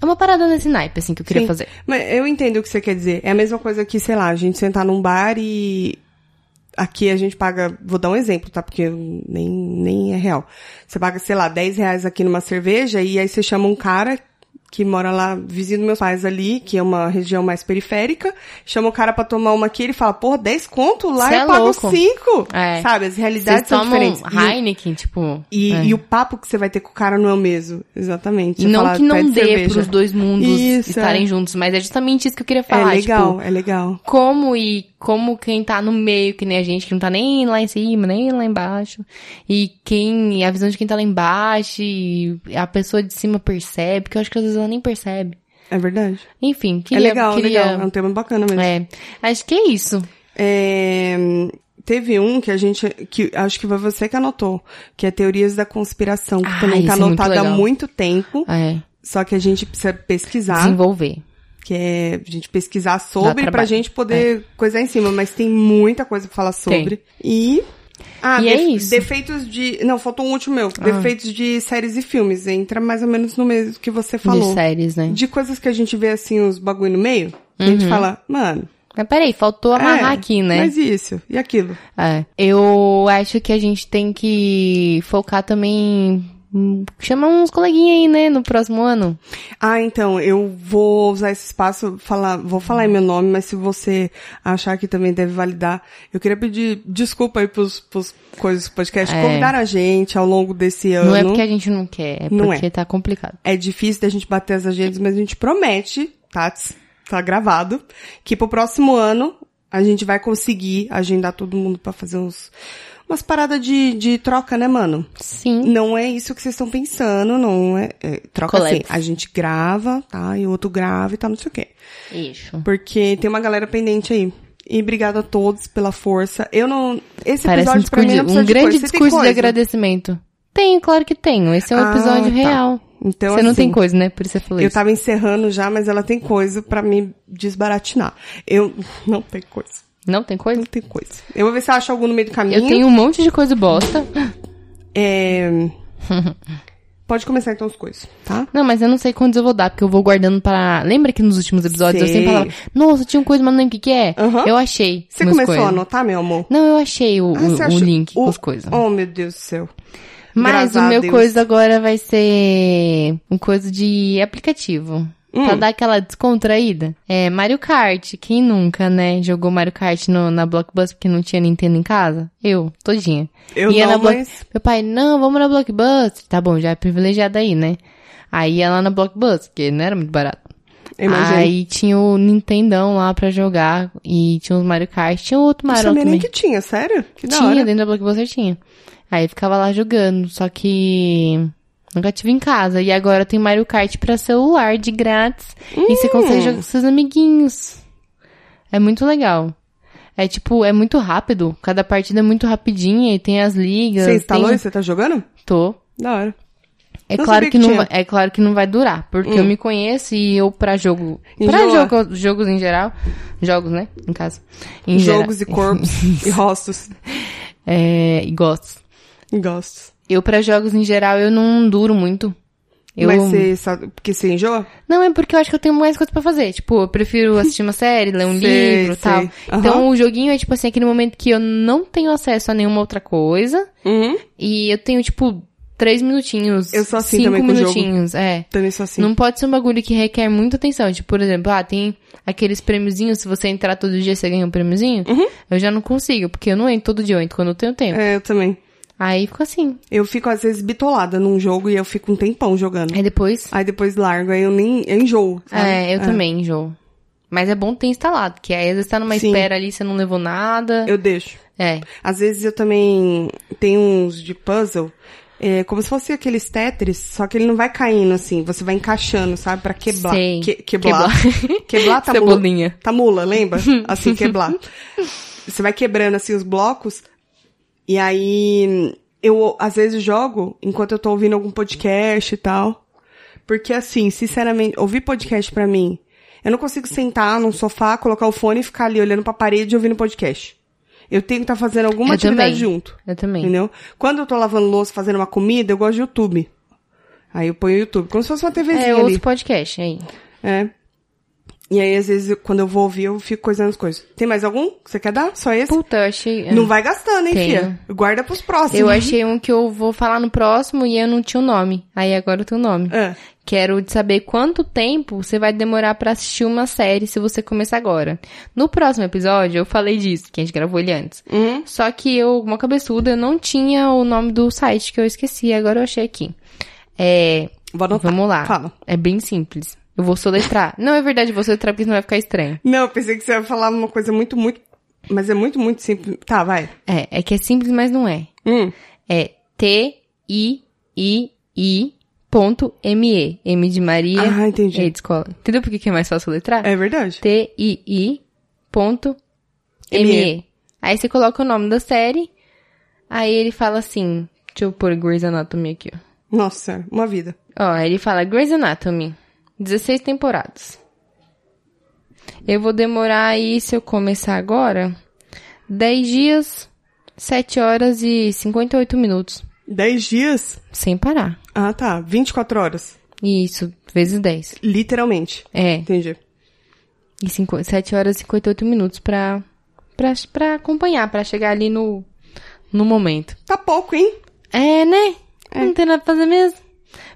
A: É uma parada nesse naipe, assim, que eu queria
B: Sim.
A: fazer.
B: Mas eu entendo o que você quer dizer. É a mesma coisa que, sei lá, a gente sentar num bar e. Aqui a gente paga, vou dar um exemplo, tá? Porque nem, nem é real. Você paga, sei lá, 10 reais aqui numa cerveja e aí você chama um cara que mora lá, vizinho dos meus pais ali, que é uma região mais periférica, chama o cara pra tomar uma aqui, ele fala, porra, 10 conto? Lá
A: Cê
B: eu
A: é
B: pago
A: louco.
B: 5.
A: É.
B: Sabe? As
A: Vocês
B: realidades são
A: tomam
B: diferentes. E o-
A: Heineken, tipo...
B: E,
A: é.
B: e o papo que você vai ter com o cara não é o mesmo. Exatamente. Você
A: Não
B: fala,
A: que não
B: pede
A: dê
B: cerveja.
A: pros dois mundos
B: Isso,
A: estarem
B: é.
A: juntos, mas é justamente isso que eu queria
B: É
A: falar.
B: legal,
A: Tipo,
B: é legal.
A: como e como quem tá no meio, que nem a gente, que não tá nem lá em cima, nem lá embaixo. E quem. e a visão de quem tá lá embaixo, e a pessoa de cima percebe, que eu acho que às vezes ela nem percebe.
B: É verdade.
A: Enfim, queria.
B: é legal,
A: queria,
B: legal. É um tema bacana mesmo.
A: É. Acho que é isso.
B: É, teve um que a gente. que Acho que foi você que anotou, que é Teorias da Conspiração, que
A: Ah,
B: também tá
A: esse é muito
B: anotado há
A: legal.
B: muito tempo.
A: É.
B: Só que a gente precisa pesquisar,
A: Desenvolver.
B: que é a gente pesquisar sobre pra
A: trabalho. É.
B: gente poder coisar em cima, mas tem muita coisa pra falar
A: Tem.
B: sobre. E. Ah,
A: E é isso. Ah.
B: defeitos de. Não, faltou um último meu. Defeitos de séries e filmes. Entra mais ou menos no mesmo que você
A: De
B: falou.
A: séries, né?
B: de coisas que a gente vê assim, os bagulho no meio, a
A: Uhum.
B: gente fala, mano.
A: Mas peraí, faltou amarrar
B: é,
A: aqui, né?
B: Mas isso, e aquilo.
A: É. Eu acho que a gente tem que focar também. hum, Chamar uns coleguinhas aí, né? No próximo ano.
B: Ah, então, eu vou usar esse espaço, falar, vou falar em meu nome, mas se você achar que também deve validar, eu queria pedir desculpa aí pros, pros coisas do podcast.
A: É.
B: Convidar a gente ao longo desse ano.
A: Não é porque a gente não quer, é
B: Não
A: porque tá complicado.
B: É difícil da gente bater as agendas, mas a gente promete, tá? Tá gravado, que pro próximo ano a gente vai conseguir agendar todo mundo pra fazer uns, umas paradas de, de troca, né, mano?
A: Sim.
B: Não é isso que vocês estão pensando, não é. é, troca
A: Collabs.
B: assim. A gente grava, tá? E o outro grava e tal, não sei o quê.
A: Isso.
B: Porque tem uma galera pendente aí. E obrigada a todos pela força. Eu não. Esse
A: Parece um,
B: episódio pra mim
A: discurso,
B: não precisa
A: um
B: de
A: grande
B: coisa. Você tem
A: discurso de
B: coisa?
A: agradecimento. Tenho, claro que tenho. Esse é um
B: Ah,
A: episódio
B: tá.
A: real.
B: Então,
A: você não
B: assim,
A: tem coisa, né? Por isso eu falei
B: Eu tá
A: isso.
B: tava encerrando já, mas ela tem coisa pra me desbaratinar. Eu não tenho coisa.
A: Não tem coisa?
B: Não tem coisa. Eu vou ver se eu acho algum no meio do caminho.
A: Eu tenho um monte de coisa bosta.
B: É... Pode começar então as coisas, tá?
A: Não, mas eu não sei quantos eu vou dar, porque eu vou guardando pra. Lembra que nos últimos episódios eu
B: Sei.
A: sempre falava, nossa, tinha um coisa, mas não lembro o que, que é?
B: Aham.
A: Eu achei.
B: Você
A: umas
B: começou a
A: coisas.
B: anotar, meu amor?
A: Não, eu achei o,
B: Ah,
A: o-
B: você
A: o
B: achou-
A: um, link com
B: o-
A: as coisas.
B: Oh, meu Deus do céu.
A: Mas
B: Graças
A: o
B: a
A: meu
B: Deus.
A: coisa agora vai ser um coisa de aplicativo.
B: Hum.
A: Pra dar aquela descontraída. É, Mario Kart. Quem nunca, né, jogou Mario Kart no- na Blockbuster porque não tinha Nintendo em casa? Eu, todinha.
B: Eu
A: Ia
B: não,
A: na Block-
B: mas-
A: Meu pai, não, vamos na Blockbuster. Tá bom, já é privilegiada aí, né? Aí ia lá na Blockbuster, porque não era muito barato.
B: Eu imagino.
A: Aí tinha o Nintendão lá pra jogar e tinha os Mario Kart. Tinha outro
B: Não
A: Mario
B: sabia
A: também.
B: nem que tinha, sério? Que da
A: Tinha,
B: hora.
A: dentro da Blockbuster tinha. Aí ficava lá jogando, só que nunca tive em casa. E agora tem Mario Kart pra celular de grátis. E
B: Hum.
A: você consegue jogar com seus amiguinhos. É muito legal. É tipo, é muito rápido. Cada partida é muito rapidinha e tem as ligas.
B: Você instalou
A: tem...
B: e você tá jogando?
A: Tô.
B: Da hora.
A: É
B: Não
A: claro
B: sabia
A: que,
B: que
A: não
B: tinha. Hum.
A: vai, é claro que não vai durar, porque eu me conheço e eu pra jogo, pra
B: Enjoa.
A: jogo, jogos em geral, jogos, né, no caso. Em
B: Jogos e
A: geral,
B: corpos e rostos
A: é, e gosto.
B: e gostos.
A: Eu, pra jogos em geral, eu não duro muito. Eu...
B: Mas você sabe... Porque você enjoa?
A: Não, é porque eu acho que eu tenho mais coisa pra fazer. Tipo, eu prefiro assistir uma série, ler um
B: Sei,
A: livro e
B: sei.
A: tal.
B: Aham.
A: Então, o joguinho é, tipo assim, aquele momento que eu não tenho acesso a nenhuma outra coisa.
B: Uhum.
A: E eu tenho, tipo, três minutinhos.
B: Eu sou assim
A: cinco
B: também com o jogo.
A: minutinhos, é.
B: Também sou assim.
A: Não pode ser um bagulho que requer muita atenção. Tipo, por exemplo, ah, tem aqueles prêmiozinhos, se você entrar todo dia, você ganha um prêmiozinho. Eu já não consigo, porque eu não entro todo dia, eu entro quando eu tenho tempo.
B: Uhum. É, eu também.
A: Aí fica assim.
B: Eu fico, às vezes, bitolada num jogo e eu fico um tempão jogando.
A: Aí depois.
B: Aí depois largo, aí eu nem eu enjoo. sabe? Ah.
A: É, eu também, Jo. Mas é bom ter instalado, que aí às vezes tá numa
B: Sim.
A: espera ali, você não levou nada.
B: Eu deixo.
A: É.
B: Às vezes eu também tenho uns de puzzle, é, como se fosse aqueles Tetris, só que ele não vai caindo assim, você vai encaixando, sabe? Pra quebrar.
A: Sei.
B: Que, queblar.
A: Queblar.
B: Queblar tá mula.
A: Cebolinha.
B: Tá mula, lembra? Assim, quebrar. você vai quebrando assim os blocos, e aí eu às vezes jogo enquanto eu tô ouvindo algum podcast e tal. Porque assim, sinceramente, ouvir podcast pra mim, eu não consigo sentar num sofá, colocar o fone e ficar ali olhando pra parede e ouvindo podcast. Eu tenho que estar fazendo alguma
A: Eu também.
B: atividade junto.
A: Eu também.
B: Entendeu? Quando eu tô lavando louça, fazendo uma comida, eu gosto de YouTube. Aí eu ponho o YouTube, como se fosse uma TVzinha
A: É, eu
B: ali.
A: ouço podcast aí.
B: É. E aí, às vezes, eu- quando eu vou ouvir, eu fico coisando as coisas. Tem mais algum que você quer dar? Só esse?
A: Puta, eu achei.
B: Não vai gastando, hein,
A: é. Tenho.
B: filha? Guarda pros próximos.
A: Eu achei um que eu vou falar no próximo e eu não tinha o nome. Aí agora eu tenho o nome.
B: É.
A: Quero de saber quanto tempo você vai demorar pra assistir uma série se você começar agora. No próximo episódio, eu falei disso, que a gente gravou ele antes.
B: Uhum.
A: Só que eu, uma cabeçuda, eu não tinha o nome do site que eu esqueci, agora eu achei aqui. É.
B: Vou anotar.
A: Vamos lá.
B: Fala.
A: É bem simples. Eu vou soletrar. não, é verdade, eu vou soletrar porque senão vai ficar estranho.
B: Não, eu pensei que você ia falar uma coisa muito, muito... Mas é muito, muito simples. Tá, vai.
A: É, é que é simples, mas não é.
B: Hum.
A: É T-I-I-I ponto M-E. M de Maria.
B: Ah, entendi.
A: E de escola. Entendeu por que que é mais fácil letrar?
B: É verdade.
A: T-I-I ponto
B: M.E..
A: M-E. Aí você coloca o nome da série. Aí ele fala assim... Deixa eu pôr Grey's Anatomy aqui, ó.
B: Nossa, uma vida.
A: Ó, aí ele fala Grey's Anatomy. 16 temporadas. Eu vou demorar aí, se eu começar agora, 10 dias, 7 horas e 58 minutos.
B: Dez dias?
A: Sem parar.
B: Ah, tá. 24 horas.
A: Isso, vezes 10.
B: Literalmente.
A: É,
B: Entendi.
A: e 5, 7 horas e 58 minutos pra, pra, pra acompanhar, pra chegar ali no, no momento.
B: Tá pouco, hein?
A: É, né? Não tem nada pra fazer mesmo.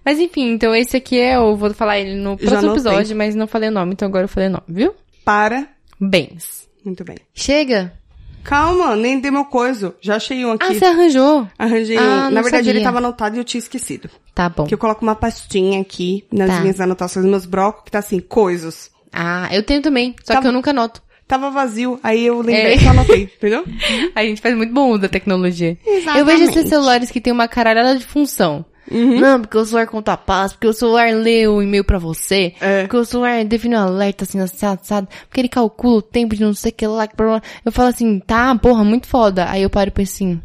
A: Mas enfim, então esse aqui é, eu vou falar ele no próximo
B: anotei.
A: episódio, mas não falei o nome, então agora eu falei o nome, viu?
B: Para.
A: Bens.
B: Muito bem.
A: Chega?
B: Calma, nem dei meu coiso. Já achei um aqui.
A: Ah, você arranjou.
B: Arranjei
A: Ah,
B: um.
A: não
B: Na verdade, ele
A: sabia.
B: tava anotado e eu tinha esquecido.
A: Tá bom.
B: Que eu coloco uma pastinha aqui nas
A: Tá.
B: minhas anotações, nos meus blocos, que tá assim, coisas.
A: Ah, eu tenho também, só
B: Tá
A: que eu nunca anoto.
B: Tava vazio, aí eu lembrei
A: É.
B: que eu anotei, entendeu?
A: Uhum. A gente faz muito bom uso da tecnologia.
B: Exatamente.
A: Eu vejo esses celulares que tem uma caralhada de função. Não, porque o celular conta paz, porque o celular lê o e-mail pra você,
B: É.
A: porque o celular define um alerta assim, assado, assado, porque ele calcula o tempo de não sei o que lá, que blá, blá. Eu falo assim, tá, porra, muito foda. Aí eu paro e penso assim, o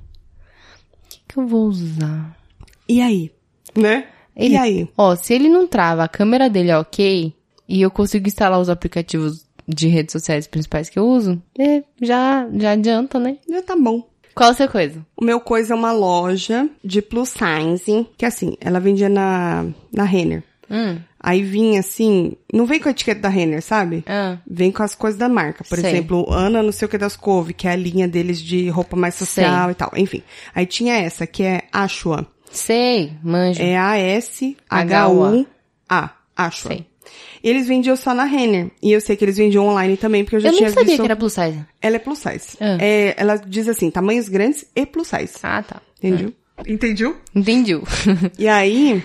A: que, que eu vou usar?
B: E aí? Né?
A: Ele-
B: E aí?
A: Ó, se ele não trava, a câmera dele é ok, e eu consigo instalar os aplicativos de redes sociais principais que eu uso, é, já, já adianta, né?
B: Já tá bom.
A: Qual a sua coisa?
B: O meu coisa é uma loja de plus size, que assim, ela vendia na, na Renner.
A: Hum,
B: Aí vinha assim, não vem com a etiqueta da Renner, sabe?
A: ah,
B: Vem com as coisas da marca. Por
A: Sei.
B: exemplo, Ana não sei o que das couve, que é a linha deles de roupa mais social e tal. Enfim. Aí tinha essa, que é Ashua.
A: sei, manjo.
B: É A-S-H-U-A. Ashua.
A: Sei.
B: Eles vendiam só na Renner. E eu sei que eles vendiam online também, porque eu já
A: Eu
B: tinha
A: não sabia
B: visto.
A: que era plus size.
B: Ela é plus size.
A: Ah.
B: É, ela diz assim, tamanhos grandes e plus size.
A: Ah, tá.
B: Entendeu? Entendeu?
A: Entendi.
B: E aí,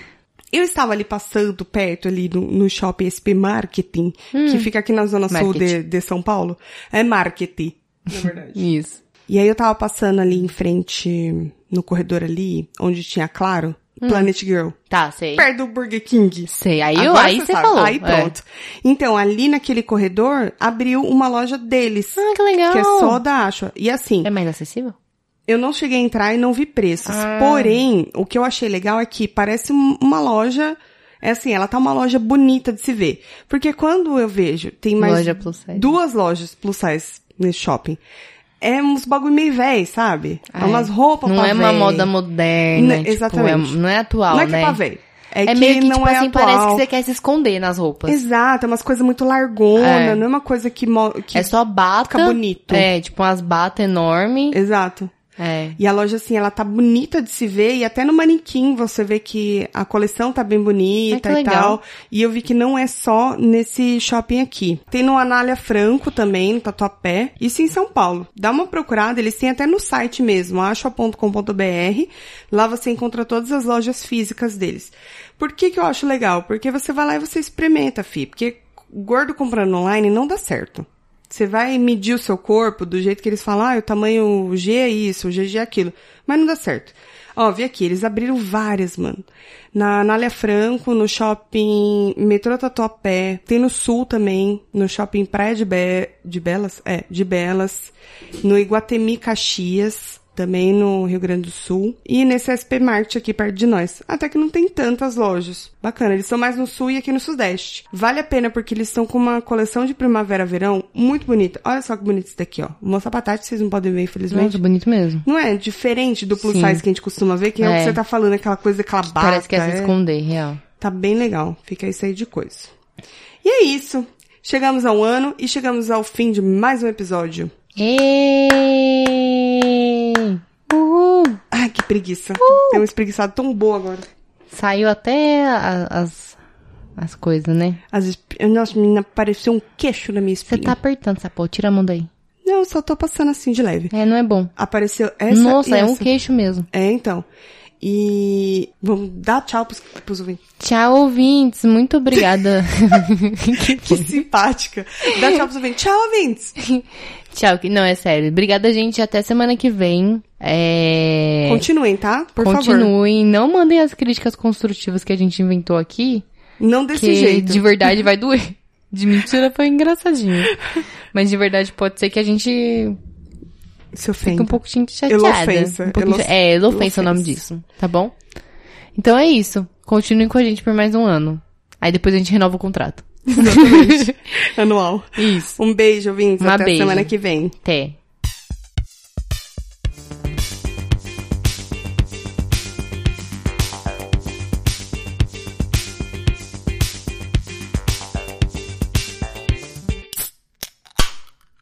B: eu estava ali passando perto ali no, no shopping SP Marketing, que fica aqui na zona sul de,
A: Hum. Marketing.
B: de São Paulo. É marketing, na verdade.
A: Isso.
B: E aí eu tava passando ali em frente, no corredor ali, onde tinha Claro,
A: Hum.
B: Planet Girl.
A: Tá, sei.
B: Perto do Burger King.
A: Sei. Aí, eu,
B: Agora
A: aí
B: cê
A: você
B: sabe.
A: falou. É.
B: Aí pronto. Então, ali naquele corredor, abriu uma loja deles.
A: É. Ah, que legal.
B: Que é só da Ashua. E assim,
A: É mais acessível?
B: eu não cheguei a entrar e não vi preços.
A: Ah.
B: Porém, o que eu achei legal é que parece um- uma loja. É assim, ela tá uma loja bonita de se ver. Porque quando eu vejo, tem mais
A: Loja plus size.
B: duas lojas plus size nesse shopping. É uns bagulho meio véi, sabe? É
A: Ah,
B: umas roupas
A: Não
B: pra
A: é uma
B: véi.
A: moda moderna.
B: Né,
A: tipo,
B: exatamente.
A: é- não é atual,
B: Não é que
A: né?
B: é pra véi. É, que
A: meio que,
B: não
A: tipo
B: é
A: assim,
B: atual.
A: parece que você quer se esconder nas roupas.
B: Exato, é umas coisas muito largona,
A: É.
B: não é uma coisa que... mo- que...
A: É só bata.
B: Fica bonito.
A: É, tipo umas bata enorme.
B: Exato.
A: É.
B: E a loja, assim, ela tá bonita de se ver, e até no manequim você vê que a coleção tá bem bonita
A: Ai, que
B: e
A: legal.
B: tal. E eu vi que não é só nesse shopping aqui. Tem no Anália Franco também, no Tatuapé. Isso em São Paulo. Dá uma procurada, eles têm até no site mesmo, acha.com.br. Lá você encontra todas as lojas físicas deles. Por que que eu acho legal? Porque você vai lá e você experimenta, fi. Porque gordo comprando online não dá certo. Você vai medir o seu corpo do jeito que eles falam, ah, o tamanho G é isso, o GG é aquilo. Mas não dá certo. Ó, vi aqui, eles abriram várias, mano. Na Anália Franco, no shopping Metrô Tatuapé, tem no Sul também, no shopping Praia de, Be de Belas? É, de Belas. No Iguatemi Caxias, também no Rio Grande do Sul. E nesse SP Mart aqui perto de nós. Até que não tem tantas lojas. Bacana, eles são mais no Sul e aqui no Sudeste. Vale a pena porque eles estão com uma coleção de primavera-verão muito bonita. Olha só que bonito isso daqui, ó. Vou mostrar pra Tati, vocês não podem ver, infelizmente.
A: Muito bonito mesmo.
B: Não é diferente do plus
A: Sim.
B: size que a gente costuma ver, que é, o
A: É.
B: que você tá falando, aquela coisa, aquela barra.
A: Parece que é se
B: é.
A: esconder, real.
B: Tá bem legal. Fica isso aí de coisa. E é isso. Chegamos ao ano e chegamos ao fim de mais um episódio.
A: Êêêê! Uhul!
B: Ai, que preguiça.
A: Uh!
B: Tem um espreguiçado tão bom agora.
A: Saiu até a- as, as coisas, né?
B: As esp... Nossa, menina, apareceu um queixo na minha
A: Você
B: espinha.
A: tá apertando essa porra, tira a mão daí.
B: Não, eu só tô passando assim de leve.
A: É, não é bom.
B: Apareceu essa
A: Nossa,
B: e
A: é
B: essa.
A: um queixo mesmo.
B: É, então. E vamos dar tchau pros, pros ouvintes.
A: Tchau, ouvintes. Muito obrigada.
B: Que simpática. Dá tchau pros ouvintes. Tchau, ouvintes.
A: Tchau. que- Não, é sério. Obrigada, gente. Até semana que vem. É...
B: Continuem, tá? Por favor.
A: Continuem. Não mandem as críticas construtivas que a gente inventou aqui.
B: Não desse
A: que
B: jeito.
A: de verdade vai doer. De mentira foi engraçadinho. Mas de verdade pode ser que a gente
B: Se
A: Fica
B: ofenda.
A: um pouco chateada.
B: Elofensa.
A: Um pouquinho
B: Elo-
A: chate- É, elofensa é o nome
B: elofensa.
A: disso, tá bom? Então é isso. Continuem com a gente por mais um ano. Aí depois a gente renova o contrato.
B: Anual.
A: Isso.
B: Um beijo, ouvintes.
A: Uma
B: Até
A: beijo.
B: semana que vem.
A: Até.